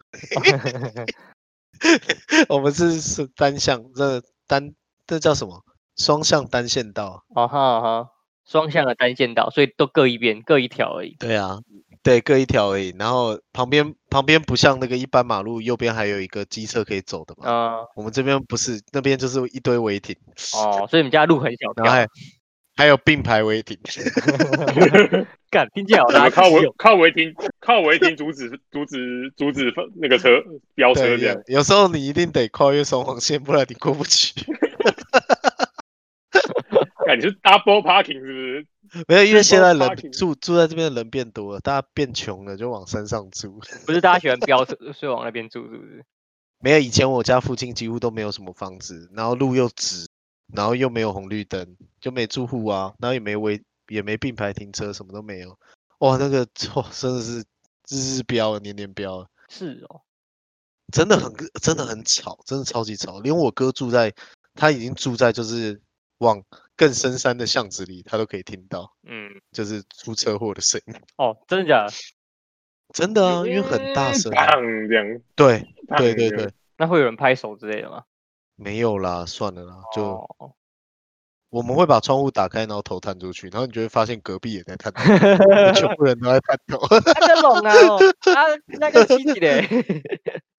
Speaker 1: 我们是是单向，这单这叫什么？双向单线道。
Speaker 3: 哦哈哈，双向的单线道，所以都各一边各一条而已。
Speaker 1: 对啊，对，各一条而已。然后旁边旁边不像那个一般马路，右边还有一个机车可以走的嘛。
Speaker 3: 嗯、
Speaker 1: 我们这边不是，那边就是一堆违停，
Speaker 3: 哦，所以你们家路很小
Speaker 1: 然后
Speaker 3: 条
Speaker 1: 还。还有并排违停。
Speaker 3: 干，听起来好
Speaker 2: 怎
Speaker 3: 垃
Speaker 2: 么靠
Speaker 3: 圾
Speaker 2: 违
Speaker 3: 哦。
Speaker 2: 靠违停靠违停阻止阻止阻止那个车飙车
Speaker 1: 对，
Speaker 2: 这样
Speaker 1: 有，有时候你一定得跨越双黄线，不然你过不去。
Speaker 2: 感哎觉是 double parking 是不是？
Speaker 1: 没有，因为
Speaker 2: 对
Speaker 1: 现
Speaker 2: 包
Speaker 1: 在
Speaker 2: 括
Speaker 1: 人
Speaker 2: parking
Speaker 1: 住住在这边的人变多了，大家变穷了，就往山上住。
Speaker 3: 不是大家喜欢飙车，所以往那边住，是不是？
Speaker 1: 没有，以前我家附近几乎都没有什么房子，然后路又直，然后又没有红绿灯，就没住户啊，然后也没违，也没并排停车，什么都没有。哇，那个哇，真的是日日飙啊，年年飙啊，
Speaker 3: 是哦，
Speaker 1: 真的很真的很吵，真的超级吵。连我哥住在，他已经住在就是往更深山的巷子里，他都可以听到，
Speaker 3: 嗯，
Speaker 1: 就是出车祸的声音。
Speaker 3: 哦，真的假的？
Speaker 1: 真的啊，因为很大声啊、
Speaker 2: 砰这样，
Speaker 1: 对
Speaker 2: 砰
Speaker 1: 对对
Speaker 2: 这样
Speaker 1: 对，
Speaker 3: 那会有人拍手之类的吗？
Speaker 1: 没有啦，算了啦，就、
Speaker 3: 哦、
Speaker 1: 我们会把窗户打开，然后头探出去，然后你就会发现隔壁也在探头，我们 全部人都在探头，
Speaker 3: 啊，这龙啊、哦，啊，那个机器嘞，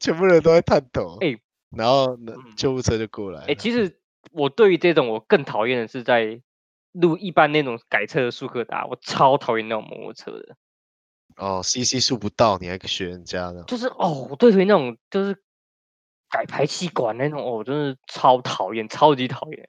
Speaker 1: 全部人都在探头。
Speaker 3: 哎
Speaker 1: 然后呢
Speaker 3: 嗯
Speaker 1: 救护车就过来
Speaker 3: 哎、
Speaker 1: 了。
Speaker 3: 其实我对于这种我更讨厌的是在路一般那种改车的速克达，我超讨厌那种摩托车的，
Speaker 1: 哦，CC 数不到，你还学人家呢？
Speaker 3: 就是哦，我对于那种就是改排气管那种，哦，我真的超讨厌，超级讨厌。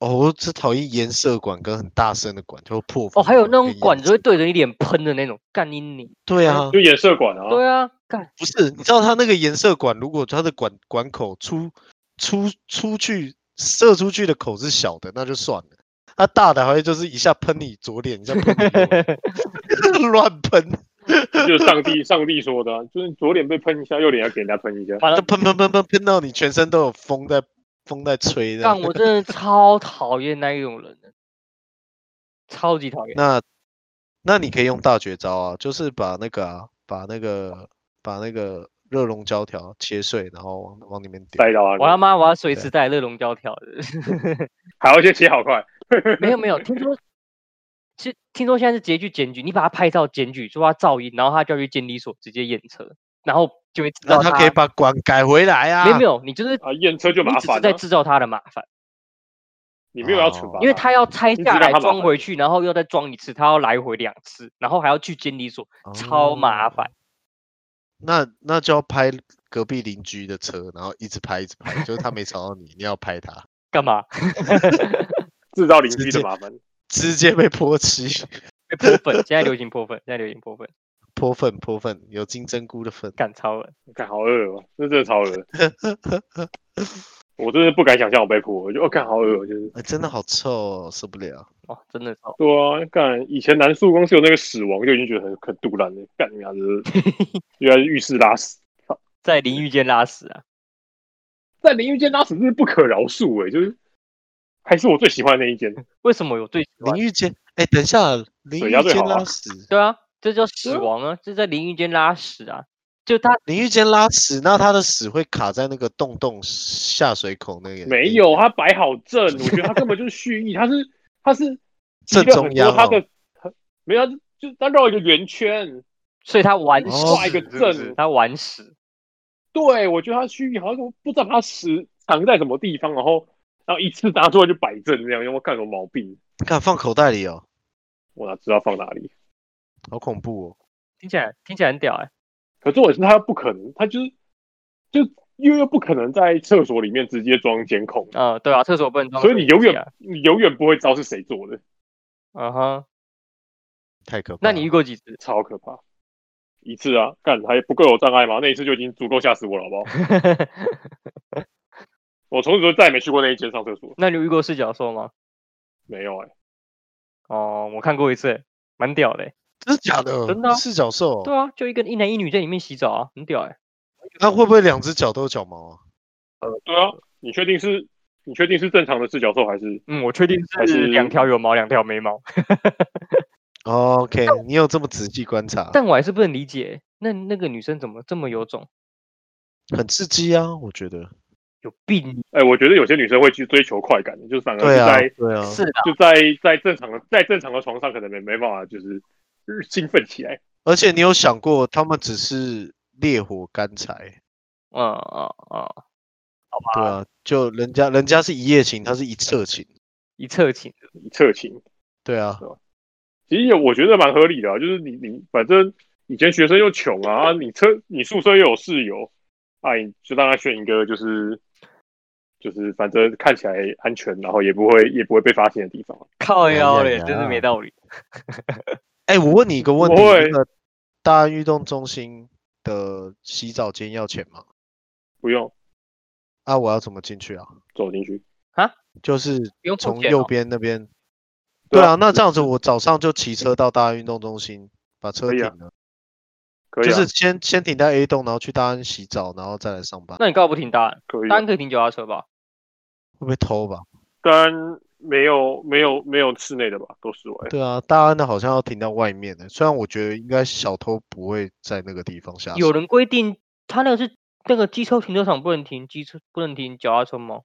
Speaker 1: 哦，我只讨厌颜色管跟很大声的管，就破
Speaker 3: 哦，还有那种
Speaker 1: 跟
Speaker 3: 管
Speaker 1: 颜
Speaker 3: 子会呃
Speaker 1: 色
Speaker 3: 对着你脸喷的那种，干你你。
Speaker 1: 对啊，
Speaker 2: 就颜色管啊，
Speaker 3: 对啊，干
Speaker 1: 不是，你知道它那个颜色管，如果它的管管口出出出去射出去的口是小的，那就算了。它大的还会就是一下喷你左脸，一下喷你右 脸乱喷，
Speaker 2: 就是上帝上帝说的、啊，就是左脸被喷一下，右脸要给人家喷一下。
Speaker 3: 完了
Speaker 1: 就，喷喷喷喷喷到你全身都有风在风在吹
Speaker 3: 干
Speaker 1: 的。
Speaker 3: 我真的超讨厌那一种人的，超级讨厌。
Speaker 1: 那那你可以用大绝招啊，就是把那个啊，把那个把那个热熔胶条切碎，然后往往里面丢。
Speaker 2: 塞到
Speaker 3: 我他
Speaker 2: 啊，
Speaker 3: 妈我要随
Speaker 1: 对
Speaker 3: 时带热熔胶条的。
Speaker 2: 还要先切好快，
Speaker 3: 没有没有，听说是听说现在是直接去检举，你把他拍照检举说他噪音，然后他就要去监理所直接验车，然后就会知
Speaker 1: 那
Speaker 3: 道
Speaker 1: 他可以把管改回来啊。
Speaker 3: 没有没有，你就是
Speaker 2: 啊，验车就
Speaker 3: 你
Speaker 2: 麻
Speaker 3: 只是
Speaker 2: 烦
Speaker 3: 在
Speaker 2: 了、
Speaker 3: 制造他的麻烦，
Speaker 2: 你没有要处罚、啊
Speaker 3: 因为他要拆
Speaker 2: 只
Speaker 3: 下
Speaker 2: 让
Speaker 3: 来
Speaker 2: 他麻
Speaker 3: 装
Speaker 2: 烦
Speaker 3: 回去，然后又再装一次，他要来回两次，然后还要去监理所，超麻
Speaker 1: 哦
Speaker 3: 烦。
Speaker 1: 那那就要拍隔壁邻居的车，然后一直拍一直拍，就是他没吵到你，你要拍他，
Speaker 3: 干嘛？
Speaker 2: 制造邻居
Speaker 1: 直
Speaker 2: 的
Speaker 1: 接
Speaker 2: 麻烦。
Speaker 1: 直接被泼漆，
Speaker 3: 被泼粪，现在流行泼粪，现在流行泼粪，
Speaker 1: 泼粪泼粪，有金针菇的粪。
Speaker 3: 干超了。
Speaker 2: 看好饿哦，那真的超 饿。我真的不敢想象我被泼，我就哦，看好饿哦，就是
Speaker 1: 哎，真的好臭哦，受不了！
Speaker 3: 哇，真的超
Speaker 2: 对啊，干以前南树公司有那个死亡就已经觉得很很堵然了，干你妈就是，原来是浴室拉屎，
Speaker 3: 在淋浴间拉屎啊！
Speaker 2: 在淋浴间拉屎真是不可饶恕哎、就是还是我最喜欢的那一间，
Speaker 3: 为什么我最喜欢
Speaker 1: 淋浴间，哎，等一下，淋
Speaker 2: 啊水
Speaker 1: 浴
Speaker 2: 压最
Speaker 1: 间
Speaker 2: 好啊
Speaker 1: 拉屎，
Speaker 3: 对啊，这叫
Speaker 2: 对
Speaker 3: 死
Speaker 2: 啊
Speaker 3: 亡啊！这在淋浴间拉屎啊！就他
Speaker 1: 淋浴间拉屎，那它的屎会卡在那个洞洞下水口那个
Speaker 2: 没
Speaker 1: 那
Speaker 2: 有他摆好正，我觉得他根本就是蓄意，他是他是
Speaker 1: 正
Speaker 2: 集了很
Speaker 1: 中央哦
Speaker 2: 多他的没有，他就就他绕一个圆圈，
Speaker 3: 所以他玩屎，
Speaker 1: 哦
Speaker 2: 画一个
Speaker 1: 是不是
Speaker 2: 正
Speaker 3: 他玩屎，
Speaker 2: 对，我觉得他区域好像不知道他屎藏在什么地方，然后然后一次拿出来就摆正这样，因为我看有毛病，
Speaker 1: 看放口袋里哦，
Speaker 2: 我哪知道放哪里？
Speaker 1: 好恐怖哦！
Speaker 3: 听起来听起来很屌哎、
Speaker 2: 可是我是他不可能，他就是就因为又不可能在厕所里面直接装监控，
Speaker 3: 嗯，对啊，厕所不能装摄
Speaker 2: 所以
Speaker 3: 影机啊，
Speaker 2: 你永远你永远不会知道是谁做的，
Speaker 3: 嗯哼，
Speaker 1: 太可怕
Speaker 3: 那
Speaker 1: 了。
Speaker 3: 你遇过几次？
Speaker 2: 超可怕。一次啊，干还不够有障碍吗？那一次就已经足够吓死我了，好不好？ 我从此就再也没去过那一间上厕所，
Speaker 3: 那你有遇过四角兽吗？
Speaker 2: 没有哎、
Speaker 3: 哦，我看过一次欸、蛮屌的欸、
Speaker 1: 真的假的？
Speaker 3: 真的啊
Speaker 1: 四角兽哦？
Speaker 3: 对啊，就一个一男一女在里面洗澡啊，很屌哎、
Speaker 1: 那会不会两只脚都有脚毛啊？
Speaker 2: 对啊，你确定是你确定是正常的四角兽还是？
Speaker 3: 嗯，我确定
Speaker 2: 还
Speaker 3: 是
Speaker 2: 是
Speaker 3: 两条有毛，两条没毛，
Speaker 1: 哦 OK，你有这么仔细观察，
Speaker 3: 但我还是不能理解欸、那那个女生怎么这么有种？
Speaker 1: 很刺激啊，我觉得。
Speaker 3: 有病
Speaker 2: 哎、我觉得有些女生会去追求快感，就反而
Speaker 1: 对
Speaker 2: 是
Speaker 1: 啊
Speaker 2: 在、，
Speaker 1: 对啊，
Speaker 3: 是的，
Speaker 2: 就在在正常的在正常的床上可能没没办法就是呃兴奋起来，
Speaker 1: 而且你有想过，他们只是烈火干柴，
Speaker 3: 嗯嗯嗯，
Speaker 1: 对啊，就人家人家是一夜情，他是一彻情，
Speaker 3: 一侧情，
Speaker 2: 一侧情。
Speaker 1: 对啊，
Speaker 2: 其实也我觉得蛮合理的、啊，就是你你反正以前学生又穷啊，啊你车你宿舍又有室友，啊，你就让他选一个就是就是反正看起来安全，然后也不会也不会被发现的地方。
Speaker 3: 靠
Speaker 1: 呀
Speaker 3: 腰
Speaker 1: 呀
Speaker 3: 嘞，真是没
Speaker 1: 呀
Speaker 3: 道理。
Speaker 1: 哎，我问你一个问题，
Speaker 2: 不会
Speaker 1: 那个大安运动中心的洗澡间要钱吗？
Speaker 2: 不用
Speaker 1: 啊，我要怎么进去啊？
Speaker 2: 走进去，
Speaker 1: 就是
Speaker 3: 不用付
Speaker 1: 从
Speaker 3: 钱
Speaker 1: 右
Speaker 3: 哦
Speaker 1: 边那边。
Speaker 2: 对
Speaker 1: 对
Speaker 2: 啊
Speaker 1: 啊，那这样子我早上就骑车到大安运动中心，把车
Speaker 2: 可
Speaker 1: 停
Speaker 2: 以啊
Speaker 1: 了，
Speaker 2: 可以、
Speaker 1: 就
Speaker 2: 啊，
Speaker 1: 是先先停在 A 栋，然后去大安洗澡，然后再来上班，
Speaker 3: 那你干嘛不停答案？
Speaker 2: 可以、
Speaker 3: 答案
Speaker 2: 啊，
Speaker 3: 可以停脚踏车吧？
Speaker 1: 会被偷吧？
Speaker 2: 但没有没有没有室内的吧，都室外。
Speaker 1: 对啊，大安的好像要停到外面欸的，虽然我觉得应该小偷不会在那个地方下手。
Speaker 3: 有人规定他那个是那个机车停车场不能停机车，不能停脚踏车吗？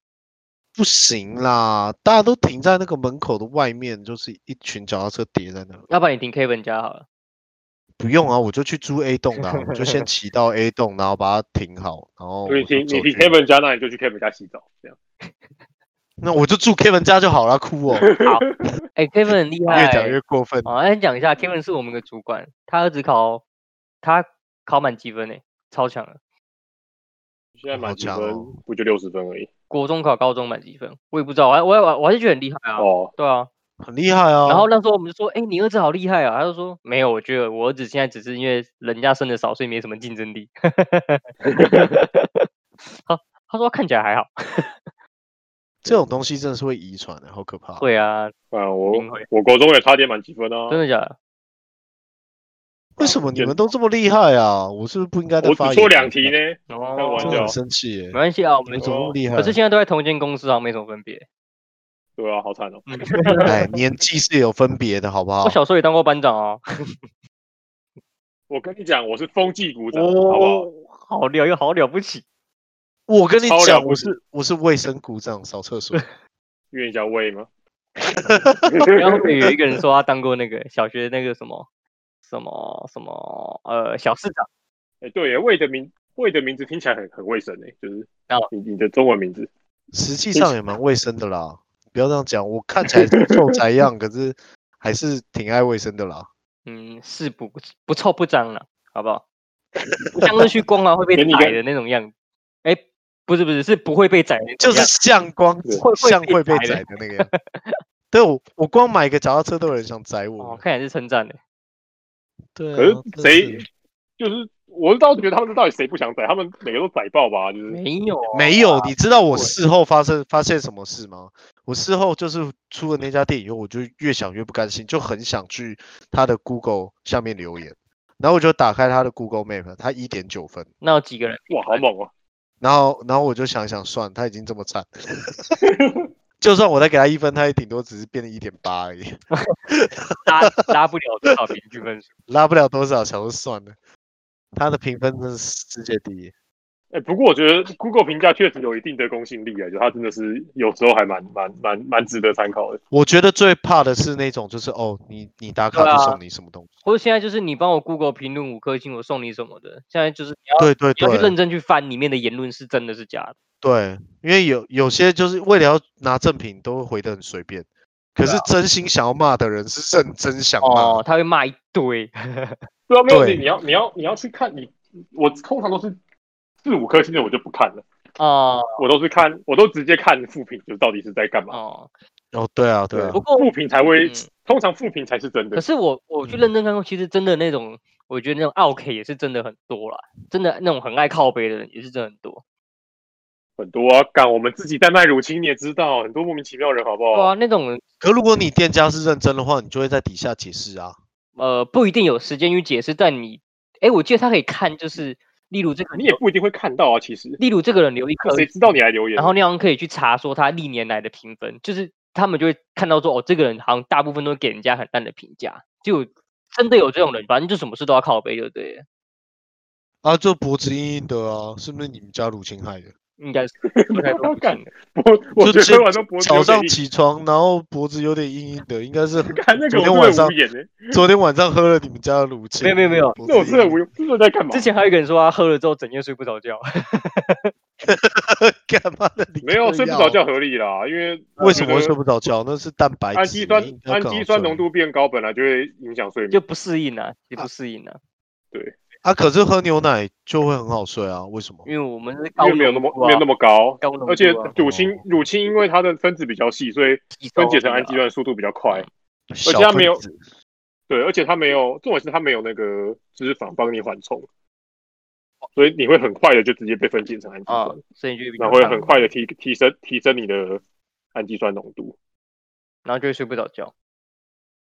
Speaker 1: 不行啦，大家都停在那个门口的外面，就是一群脚踏车叠在那。
Speaker 3: 要不然你停 Kevin 家好了。
Speaker 1: 不用啊，我就去租 A 栋啦，我就 先骑到 A 栋，然后把它停好，然后
Speaker 2: 所以
Speaker 1: 我就
Speaker 2: 你
Speaker 1: 走
Speaker 2: 你去
Speaker 1: 去
Speaker 2: Kevin 家，那你就去 Kevin 家洗澡，这样。
Speaker 1: 那我就住 Kevin 家就好啦，哭 哦，
Speaker 3: 哎、k e v i n 很厉害、
Speaker 1: 越
Speaker 3: 欸。
Speaker 1: 讲越过分。
Speaker 3: 哦，先讲一下，Kevin 是我们的主管，他儿子考他考满积分呢、超强的。
Speaker 2: 现在满积
Speaker 1: 好强
Speaker 2: 分
Speaker 1: 哦
Speaker 2: 不就六十分而已，
Speaker 3: 国中考高中满积分，我也不知道，我还我还我还是觉得很厉害啊，
Speaker 2: 哦，
Speaker 3: 对啊。
Speaker 1: 很厉害啊。
Speaker 3: 然后那时候我们就说，哎、你儿子好厉害啊，他就说没有，我觉得我儿子现在只是因为人家生的少，所以没什么竞争力。 他他说看起来还好，
Speaker 1: 这种东西真的是会遗传的，好可怕。
Speaker 3: 会啊，
Speaker 1: 哦
Speaker 2: 啊，我
Speaker 3: 明慧
Speaker 2: 我国中也差点满积分啊，
Speaker 3: 真的假的？
Speaker 1: 为什么你
Speaker 2: 就
Speaker 1: 们都这么厉害啊？我是不是不应该再
Speaker 2: 我
Speaker 1: 发
Speaker 2: 只
Speaker 1: 言？
Speaker 2: 错两题，
Speaker 1: 啊
Speaker 2: 呢，
Speaker 3: 哦，
Speaker 1: 真
Speaker 2: 玩
Speaker 1: 的
Speaker 2: 笑
Speaker 1: 很生气耶
Speaker 3: 没。关系啊，我
Speaker 1: 你们
Speaker 3: 们
Speaker 1: 怎么那么厉害？
Speaker 3: 可是现在都在同一间公司啊，没什么分别。
Speaker 2: 对啊，好惨哦，
Speaker 1: 哎，年纪是有分别的，好不好
Speaker 3: 我？小时候也当过班长啊，
Speaker 2: 我跟你讲，我是风纪股长， 好不好？
Speaker 3: 哦，好了又好了不起，
Speaker 1: 我跟你
Speaker 2: 超了
Speaker 1: 讲，
Speaker 2: 不
Speaker 1: 我
Speaker 2: 起
Speaker 1: 是我是卫生股长，扫厕所。
Speaker 2: 愿意叫喂吗？
Speaker 3: 然后有一个人说他当过那个小学那个什么什么什么呃小市长，
Speaker 2: 哎，对耶，喂的名喂的名字听起来很很卫生诶，就是
Speaker 3: 哦
Speaker 2: 你你的中文名字，
Speaker 1: 实际上也蛮卫生的啦。不要这样讲，我看起来是臭宅样，可是还是挺爱卫生的啦。
Speaker 3: 嗯，是不不臭不脏了，好不好？不像是去光华会被
Speaker 2: 给你一个
Speaker 3: 宰的那种样子。哎，不是不是，是不会被宰的那
Speaker 1: 就
Speaker 3: 种
Speaker 1: 是
Speaker 3: 样子
Speaker 1: 像光
Speaker 2: 对
Speaker 3: 会会
Speaker 1: 像
Speaker 3: 被
Speaker 1: 会被
Speaker 3: 宰的
Speaker 1: 宰的那个样子。对，我我光买个脚踏车都有人想宰
Speaker 3: 哦，
Speaker 1: 我。
Speaker 3: 看起来是称赞的。
Speaker 1: 对啊，
Speaker 2: 可是
Speaker 1: 真的
Speaker 2: 谁就是我倒觉得他们这到底谁不想宰，他们每个都宰爆吧，就是
Speaker 3: 没有啊
Speaker 1: 没有，你知道我
Speaker 3: 对
Speaker 1: 事后发生发现什么事吗？我事后就是出了那家店以后，我就越想越不甘心，就很想去他的 Google 下面留言，然后我就打开他的 Google Map，他一点九分，
Speaker 3: 那有几个人？
Speaker 2: 哇，好猛哦，
Speaker 1: 然后然后我就想想算，他已经这么惨， 就算我再给他一分，他也顶多只是变成一点八而已，
Speaker 3: 拉拉不了多少平均分数。
Speaker 1: 拉不了多少，想说算了。他的评分真的是世界第一，
Speaker 2: 哎，不过我觉得 Google 评价确实有一定的公信力啊，就它真的是有时候还蛮蛮蛮蛮值得参考的。
Speaker 1: 我觉得最怕的是那种就是哦，你你打卡
Speaker 3: 对啊
Speaker 1: 就送你什么东西，
Speaker 3: 或者现在就是你帮我 Google 评论五颗星，我送你什么的。现在就是你要
Speaker 1: 对对
Speaker 3: 你要
Speaker 1: 对，
Speaker 3: 去认真去翻里面的言论是真的是假的。
Speaker 1: 对，因为有有些就是为了要拿赠品，都会回得很随便。可
Speaker 2: 啊
Speaker 1: 是真心想要骂的人是认真想骂
Speaker 3: 哦
Speaker 1: 的，，
Speaker 3: 他会骂一堆。
Speaker 2: 对啊，没有
Speaker 1: 对
Speaker 2: 你你要你要你要去看你，我通常都是四五颗星的我就不看了，
Speaker 3: 哦
Speaker 2: 我都是看我都直接看复评，就是到底是在干嘛。
Speaker 3: 哦，
Speaker 1: 哦，对啊，对啊
Speaker 3: 不，过
Speaker 2: 复评才会
Speaker 3: 嗯，
Speaker 2: 通常复评才是真
Speaker 3: 可
Speaker 2: 的。
Speaker 3: 是我我去
Speaker 1: 嗯
Speaker 3: 认真看过，其实真的那种，我觉得那种 OK 也是真的很多啦，真的那种很爱靠背的人也是真的很多。
Speaker 2: 很多啊，干我们自己在卖乳清，你也知道，很多莫名其妙的人，好不
Speaker 3: 对啊，
Speaker 2: 好？
Speaker 3: 那种人
Speaker 1: 可如果你店家是认真的话，你就会在底下解释啊。
Speaker 3: 呃不一定有时间去解释，但你，哎，我记得他可以看，就是例如这个
Speaker 2: 你也
Speaker 3: 人留，
Speaker 2: 不一定会看到啊，其实
Speaker 3: 例如这个人留一颗
Speaker 2: 谁知道你来留言？
Speaker 3: 然后那样可以去查说他历年来的评分，就是他们就会看到说哦，这个人好像大部分都给人家很烂的评价，就真的有这种人，反正就什么事都要靠背，就对了，
Speaker 1: 啊，就脖子硬硬的啊，是不是你们家乳清害的？
Speaker 3: 应该是应该都不
Speaker 2: 干
Speaker 3: 行的
Speaker 2: 我我
Speaker 1: 就
Speaker 2: 觉得
Speaker 1: 今
Speaker 2: 晚上脖子
Speaker 1: 早
Speaker 2: 有点
Speaker 1: 上
Speaker 2: 硬，
Speaker 1: 起床，然后脖子有点硬硬的，应该 是
Speaker 2: 看那个
Speaker 1: 昨天
Speaker 2: 我
Speaker 1: 晚
Speaker 2: 真的
Speaker 1: 上
Speaker 2: 无言呢，
Speaker 1: 昨天晚上喝了你们家的乳清。
Speaker 3: 没有没有没有
Speaker 1: 脖
Speaker 2: 那我
Speaker 1: 子
Speaker 2: 真的
Speaker 1: 硬
Speaker 2: 无，这是在干嘛
Speaker 3: 之？前还有一个人说他喝了之后整夜睡不着觉，
Speaker 1: 干嘛的？你
Speaker 2: 没有
Speaker 1: 嗑
Speaker 2: 睡不
Speaker 1: 药
Speaker 2: 着觉合理啦，因 为
Speaker 1: 为什么
Speaker 2: 我
Speaker 1: 会
Speaker 2: 觉
Speaker 1: 睡
Speaker 2: 得
Speaker 1: 不着觉？那是蛋白质，
Speaker 2: 氨基酸
Speaker 1: 你应该
Speaker 2: 氨
Speaker 1: 更
Speaker 2: 基
Speaker 1: 好
Speaker 2: 酸
Speaker 1: 睡
Speaker 2: 浓度变高，本来就会影响睡眠。
Speaker 3: 就不适应啊，也不适应啊，
Speaker 1: 啊。可是喝牛奶就会很好睡啊，为什么？
Speaker 3: 因为我们是高
Speaker 2: 因为没有那
Speaker 3: 浓
Speaker 2: 么
Speaker 3: 度啊
Speaker 2: 没有那么高，
Speaker 3: 高浓
Speaker 2: 而且
Speaker 3: 度啊
Speaker 2: 乳清乳清因为它的分子比较细，所以
Speaker 3: 吸收
Speaker 2: 分
Speaker 3: 啊
Speaker 2: 解成
Speaker 3: 那个
Speaker 2: 氨基酸的速度比较
Speaker 3: 嗯
Speaker 2: 快。
Speaker 1: 小
Speaker 2: 它
Speaker 1: 分
Speaker 2: 没有
Speaker 1: 子
Speaker 2: 对，而且它没有，重点是它没有那个脂肪帮你缓冲，所以你会很快的就直接被分解成氨基
Speaker 3: 啊
Speaker 2: 酸，，
Speaker 3: 所以就会比
Speaker 2: 然
Speaker 3: 较
Speaker 2: 后会
Speaker 3: 上
Speaker 2: 很
Speaker 3: 瘾
Speaker 2: 快的提提升提升你的氨基酸浓度，
Speaker 3: 然后就会睡不着觉。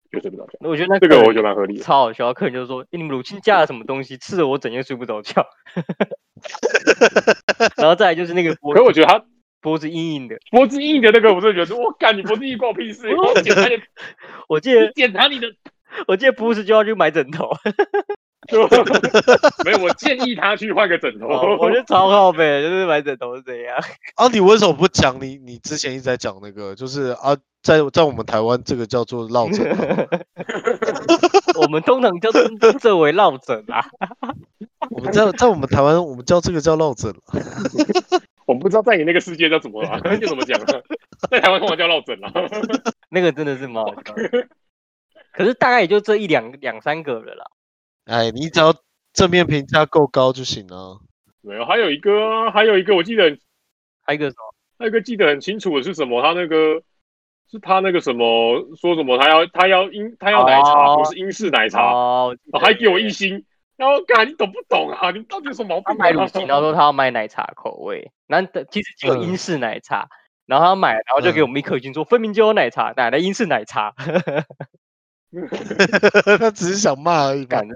Speaker 2: 就睡不着觉。
Speaker 3: 我觉得那
Speaker 2: 这个我
Speaker 3: 人
Speaker 2: 觉得蛮合理的。
Speaker 3: 超好笑，客人就说：“欸、你们乳清加了什么东西？吃的我整夜睡不着觉。”然后再来就是那个脖
Speaker 2: 可是我觉得他
Speaker 3: 脖子硬硬的，
Speaker 2: 脖子硬的那个，我真的觉得，我干，你脖子硬关我屁事！我检查你，
Speaker 3: 我记得
Speaker 2: 检查你 的
Speaker 3: 我记得不是就要去买枕 头，
Speaker 2: 没有，我建议他去换个枕头。
Speaker 3: 哦我就超靠背，就是买枕头是怎样？
Speaker 1: 啊，你为什么不讲你你之前一直在讲那个，就是啊，在在我们台湾这个叫做落 枕啊，
Speaker 3: 我们通常 叫这这为落枕啊，
Speaker 1: 我们在在我们台湾我们叫这个叫落枕，
Speaker 2: 我不知道在你那个世界叫什么啊， 就怎么讲啊，在台湾通常叫落枕啊。
Speaker 3: 那个真的是蛮好笑的。可是大概也就这一两两三个了啦。
Speaker 1: 哎，你只要正面评价够高就行了。
Speaker 2: 没有，还有一个啊，还有一个，我记得
Speaker 3: 还有一个什么？
Speaker 2: 那个记得很清楚的是什么？他那个是他那个什么说什么？他要他要英他要奶茶，
Speaker 3: 哦
Speaker 2: 不是英式奶茶，
Speaker 3: 哦，
Speaker 2: 哦还给我一星。然后，干，你懂不懂啊？你到底有什么毛
Speaker 3: 他
Speaker 2: 病、啊？
Speaker 3: 买乳清，然后说他要买奶茶口味，然后其实只有英式奶茶，然后他买，然后就给我们一颗星说分明就有奶茶，哪来英式奶茶？
Speaker 1: 啊 他只是想骂而已吧
Speaker 3: 感。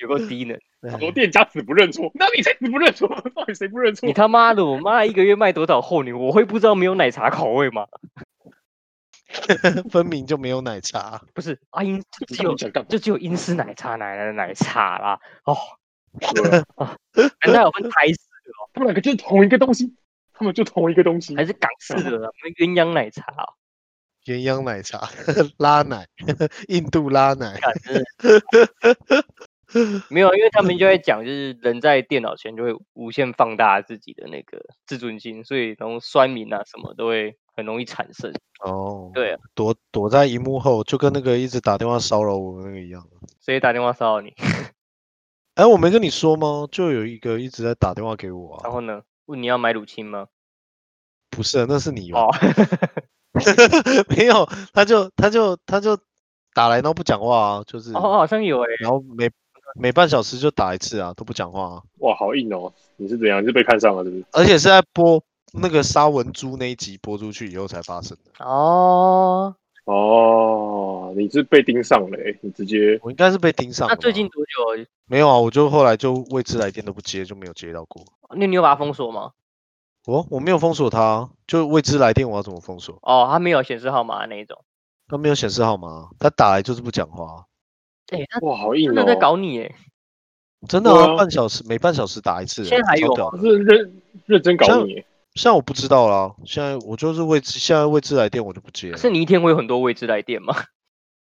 Speaker 3: 有够低能！
Speaker 2: 很多店家死不认错，那你才死不认错，到底谁不认错
Speaker 3: 你？他妈的，我妈一个月卖多少厚牛？我会不知道没有奶茶口味吗？
Speaker 1: 哎分明就没有奶茶，
Speaker 3: 不是，阿英就
Speaker 2: 你
Speaker 3: 只
Speaker 2: 到
Speaker 3: 有
Speaker 2: 底想干嘛？
Speaker 3: 就只有英式奶茶，哪来的奶茶啦？哦，
Speaker 2: 对啊
Speaker 3: 难道有分台式
Speaker 2: 他们两个就是同一个东西，他们就同一个东西。
Speaker 3: 还是港式的啊？什么鸳鸯奶茶啊？
Speaker 1: 鸳鸯奶茶、 拉奶、印度拉奶。
Speaker 3: 干真的 没有，因为他们就在讲，就是人在电脑前就会无限放大自己的那个自尊心，所以然后酸民啊什么都会很容易产生。
Speaker 1: 哦，
Speaker 3: 对啊，
Speaker 1: 躲躲在荧幕后，就跟那个一直打电话骚扰我们那个一样。
Speaker 3: 所以打电话骚扰你，
Speaker 1: 哎，我没跟你说吗？就有一个一直在打电话给我啊
Speaker 3: 然。后呢问你要买乳清吗？
Speaker 1: 不是，那是你吧？
Speaker 3: 哦，
Speaker 1: 没有，他就他就他就打来，然后不讲话啊，就是，
Speaker 3: 哦，好像有哎、
Speaker 1: 然后每每半小时就打一次啊，都不讲话啊，
Speaker 2: 哇，好硬哦！你是怎样？你是被看上了，是不是？
Speaker 1: 而且是在播那个杀文猪那一集播出去以后才发生的。
Speaker 3: 哦，
Speaker 2: 哦，你是被盯上了、欸，你直接
Speaker 1: 我应该是被盯上了
Speaker 3: 那
Speaker 1: 吧。
Speaker 3: 最近多久？
Speaker 1: 没有啊，我就后来就未知来电都不接，就没有接到过。哦
Speaker 3: 那你有把它封锁吗？
Speaker 1: 我我没有封锁他啊，就未知来电我要怎么封锁？
Speaker 3: 哦，它没有显示号码的那一种。
Speaker 1: 他没有显示号码啊，他打来就是不讲话啊，
Speaker 3: 哎、他
Speaker 2: 哇，好硬
Speaker 3: 真
Speaker 2: 哦！
Speaker 3: 的在搞你哎、
Speaker 1: 真的
Speaker 2: 对
Speaker 1: 啊，
Speaker 2: 啊
Speaker 1: 半小时每半小时打一次欸，
Speaker 3: 现在还
Speaker 1: 超
Speaker 3: 有啊
Speaker 1: 屌
Speaker 2: 他
Speaker 1: 的
Speaker 2: 是认认真搞你、欸，
Speaker 1: 现在我不知道啦，现在我就是未知，现在未知来电我就不接了。
Speaker 3: 可是你一天会有很多未知来电吗？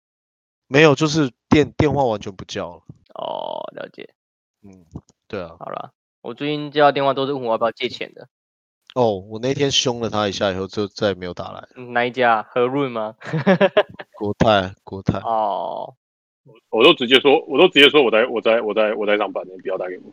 Speaker 1: 没有，就是电电话完全不叫了。
Speaker 3: 哦，了解。
Speaker 1: 嗯，对啊。
Speaker 3: 好了，我最近接到电话都是问我要不要借钱的。
Speaker 1: 哦，我那天凶了他一下以后，就再也没有打来了。
Speaker 3: 嗯哪一家啊？和润吗？
Speaker 1: 国泰，国泰，
Speaker 3: 哦，
Speaker 2: 我都直接说，我都直接说我在我在我在我在上班，你不要打给我。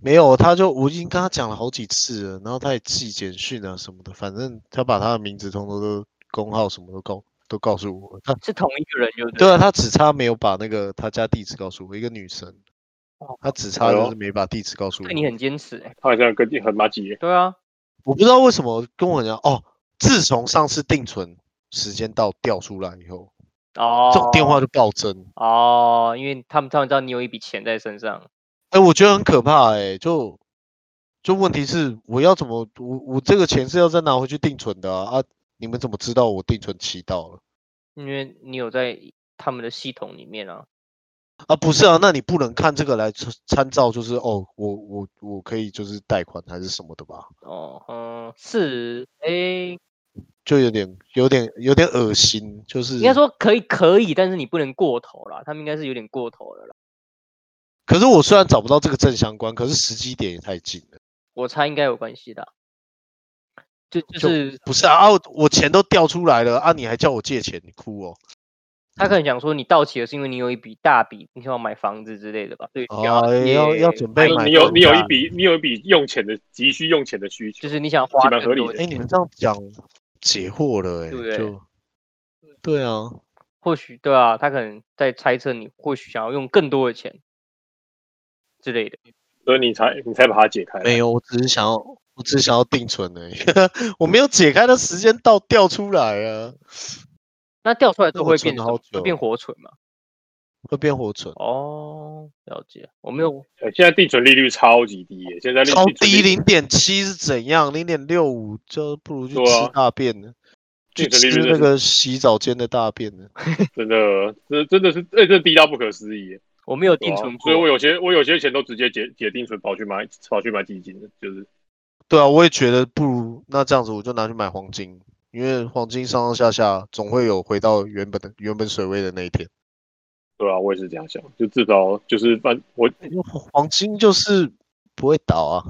Speaker 1: 没有，他就我已经跟他讲了好几次了，然后他也寄简讯啊什么的，反正他把他的名字、通通都、工号什么都告都告诉我。他
Speaker 3: 是同一个人就
Speaker 1: 对啊，他只差没有把那个他家地址告诉我，一个女生
Speaker 3: 哦，
Speaker 1: 他只差
Speaker 2: 哎
Speaker 1: 就
Speaker 2: 呦
Speaker 1: 是没把地址告诉我
Speaker 3: 对。你很坚持、欸。
Speaker 2: 他好像跟你很垃圾、欸，
Speaker 3: 对啊，
Speaker 1: 我不知道为什么跟我讲哦，自从上次定存时间到调出来以后，
Speaker 3: 哦，
Speaker 1: 这种电话就暴增。
Speaker 3: 哦，因为他们他们知道你有一笔钱在身上，
Speaker 1: 哎、我觉得很可怕哎、就就问题是我要怎么我我这个钱是要再拿回去定存的啊？啊你们怎么知道我定存期到了
Speaker 3: 因为你有在他们的系统里面啊。
Speaker 1: 啊？不是啊，那你不能看这个来参参照，就是哦，我我我可以就是贷款还是什么的吧？
Speaker 3: 哦，嗯，是，哎、
Speaker 1: 就有点有点有点恶心，就是
Speaker 3: 应该说可以可以，但是你不能过头啦，他们应该是有点过头了啦。
Speaker 1: 可是我虽然找不到这个正相关，可是时机点也太近了。
Speaker 3: 我猜应该有关系的啊，就就
Speaker 1: 就是不是啊，啊我我钱都调出来了啊，你还叫我借钱，你哭哦。
Speaker 3: 他可能想说你到期了是因为你有一笔大笔，你想要买房子之类的吧？对，
Speaker 2: 哎
Speaker 1: 哦
Speaker 3: 想
Speaker 1: 要要
Speaker 3: 借
Speaker 1: 准备
Speaker 3: 买
Speaker 1: 买
Speaker 2: 你有
Speaker 1: 房
Speaker 2: 你有
Speaker 1: 子
Speaker 2: 一
Speaker 1: 啊
Speaker 2: 笔你有一笔用钱的急需用钱的需求，
Speaker 3: 就是你想花
Speaker 2: 蛮
Speaker 3: 更
Speaker 2: 合理
Speaker 3: 多
Speaker 2: 的
Speaker 1: 哎、你们这样讲解惑了哎、
Speaker 3: 对不对
Speaker 1: 就对啊，
Speaker 3: 或许对啊，他可能在猜测你或许想要用更多的钱之类的。
Speaker 2: 所以你才你才把它解开。
Speaker 1: 没有，我只是想要，我只是想要定存而已， 我没有解开的时间到调出来啊，
Speaker 3: 那掉出来之
Speaker 1: 那
Speaker 3: 后
Speaker 1: 我
Speaker 3: 会
Speaker 1: 存
Speaker 3: 变
Speaker 1: 了
Speaker 3: 什
Speaker 1: 好
Speaker 3: 么会
Speaker 1: 久
Speaker 3: 变活存嘛？
Speaker 1: 会变活存，
Speaker 3: 哦，了解，我没有，
Speaker 2: 呃现在定存利率超级低、耶，现在利
Speaker 1: 超
Speaker 2: 定存利
Speaker 1: 低
Speaker 2: 率
Speaker 1: 零点七是怎样？零点六五就不如去
Speaker 2: 对
Speaker 1: 吃
Speaker 2: 啊
Speaker 1: 大便呢，去
Speaker 2: 定存利
Speaker 1: 吃
Speaker 2: 率
Speaker 1: 那
Speaker 2: 真的
Speaker 1: 个洗澡间的大便呢。
Speaker 2: 真的这真的是哎、这低到不可思议、耶。
Speaker 3: 我没有
Speaker 2: 对
Speaker 3: 定
Speaker 2: 啊
Speaker 3: 存
Speaker 2: 所以我
Speaker 3: 过。
Speaker 2: 有些我有些钱都直接解解定存跑去买跑去买基金的，就是
Speaker 1: 对啊，我也觉得不如那这样子，我就拿去买黄金，因为黄金上上下下总会有回到原本的原本水位的那一天。
Speaker 2: 对啊，我也是这样想，就至少就是反我
Speaker 1: 因为黄金就是不会倒啊，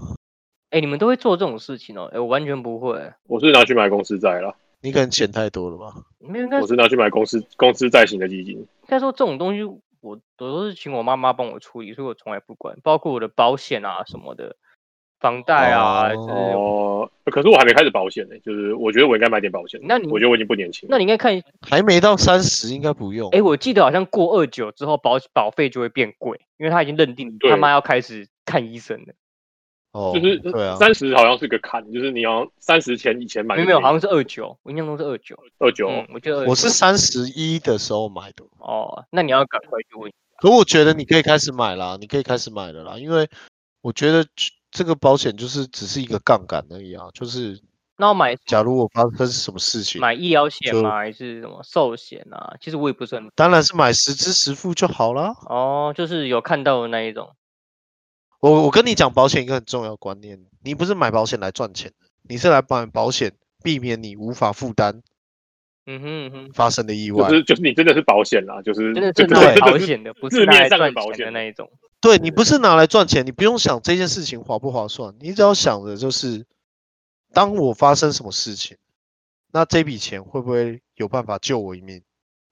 Speaker 3: 哎、你们都会做这种事情哦？哎、我完全不会，
Speaker 2: 我是拿去买公司债啦，
Speaker 1: 你可能钱太多了吧？
Speaker 3: 没有应该
Speaker 2: 我是拿去买公司公司债型的基金，
Speaker 3: 应该说这种东西我，我都是请我妈妈帮我处理，所以我从来不管，包括我的保险啊什么的，房贷啊，就是
Speaker 4: 哦，可是我还没开始保险呢、就是我觉得我应该买点保险。
Speaker 3: 那你
Speaker 4: 我觉得我已经不年轻了。
Speaker 3: 那你应该看，
Speaker 1: 还没到三十，应该不用。
Speaker 3: 哎，我记得好像过二九之后保保费就会变贵，因为他已经认定
Speaker 4: 对
Speaker 3: 他妈要开始看医生了，
Speaker 1: 哦，
Speaker 4: 就是
Speaker 1: 对啊，
Speaker 4: 三十好像是个坎，就是你要三十前以前买
Speaker 3: 没
Speaker 4: 就
Speaker 3: 有
Speaker 4: 可
Speaker 3: 没
Speaker 4: 以，
Speaker 3: 有，好像是二九，我印象中是二九，
Speaker 4: 二九、
Speaker 3: 嗯，我记得29
Speaker 1: 我是三十一的时候买的，
Speaker 3: 哦，那你要赶快去问，
Speaker 1: 可我觉得你可以开始买啦，你可以开始买了啦，因为我觉得这这个保险就是只是一个杠杆而已啊，就是
Speaker 3: 那我买
Speaker 1: 假如我发生什么事情，
Speaker 3: 买医疗险
Speaker 1: 就
Speaker 3: 吗？还是什么寿险啊？其实我也不是很
Speaker 1: 当然是买实支实付就好啦。
Speaker 3: 哦，就是有看到的那一种。
Speaker 1: 我我跟你讲，保险一个很重要的观念，你不是买保险来赚钱的，你是来买保险避免你无法负担
Speaker 3: 嗯哼嗯哼，
Speaker 1: 发生的意
Speaker 4: 就
Speaker 1: 外。
Speaker 4: 是就是你真的是保险啦，就是
Speaker 3: 真的
Speaker 4: 就是
Speaker 3: 拿
Speaker 1: 对
Speaker 3: 来
Speaker 1: 对
Speaker 3: 保险的，不
Speaker 4: 字
Speaker 3: 是拿
Speaker 4: 面
Speaker 3: 来
Speaker 4: 上的
Speaker 3: 赚
Speaker 4: 保
Speaker 3: 钱的
Speaker 4: 险
Speaker 3: 那一种。
Speaker 1: 对你不是拿来赚钱，你不用想这件事情划不划算，你只要想着就是，当我发生什么事情，那这笔钱会不会有办法救我一命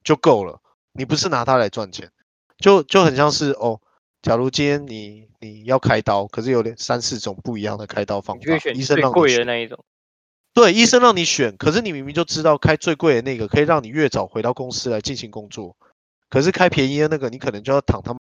Speaker 1: 就够了。你不是拿它来赚钱，就就很像是哦，假如今天你你要开刀，可是有点三四种不一样的开刀方
Speaker 3: 你就会
Speaker 1: 法，
Speaker 3: 选
Speaker 1: 哦医生
Speaker 3: 最
Speaker 1: 让你
Speaker 3: 贵的
Speaker 1: 选，
Speaker 3: 那一种。
Speaker 1: 对，医生让你选，可是你明明就知道开最贵的那个可以让你越早回到公司来进行工作，可是开便宜的那个你可能就要躺他妈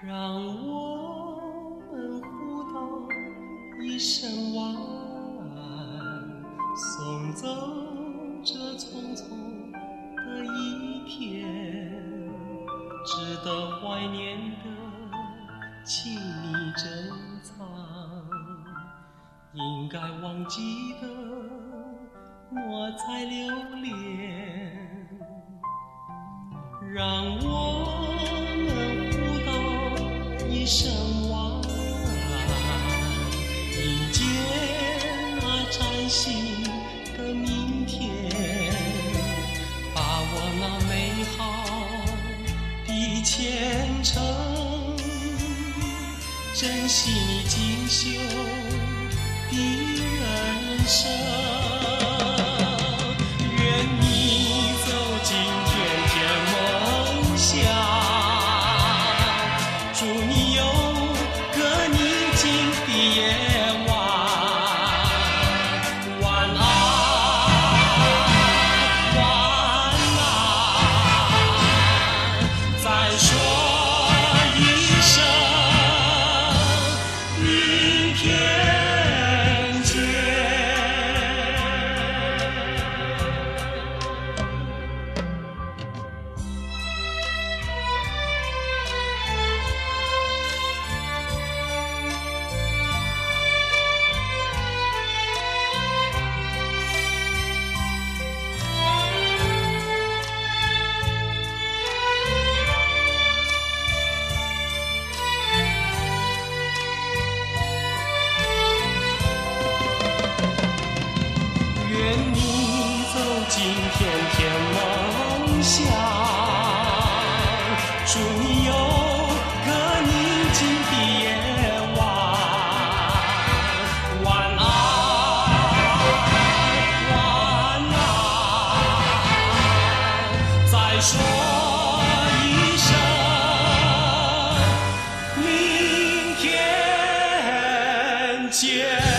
Speaker 6: 让我们互道一声晚安，送走这匆匆的一天，值得怀念的，请你珍藏。应该忘记的，莫再留恋。让我们互道一声晚安，迎接那崭新的明天，把握那美好的前程，珍惜你锦绣的人生。愿你走进甜甜梦乡，祝你有个宁静的夜晚。晚安，晚安，再说一声明天见。愿你走进甜甜梦乡，祝你有个宁静的夜晚。晚安，晚安，再说一声明天见。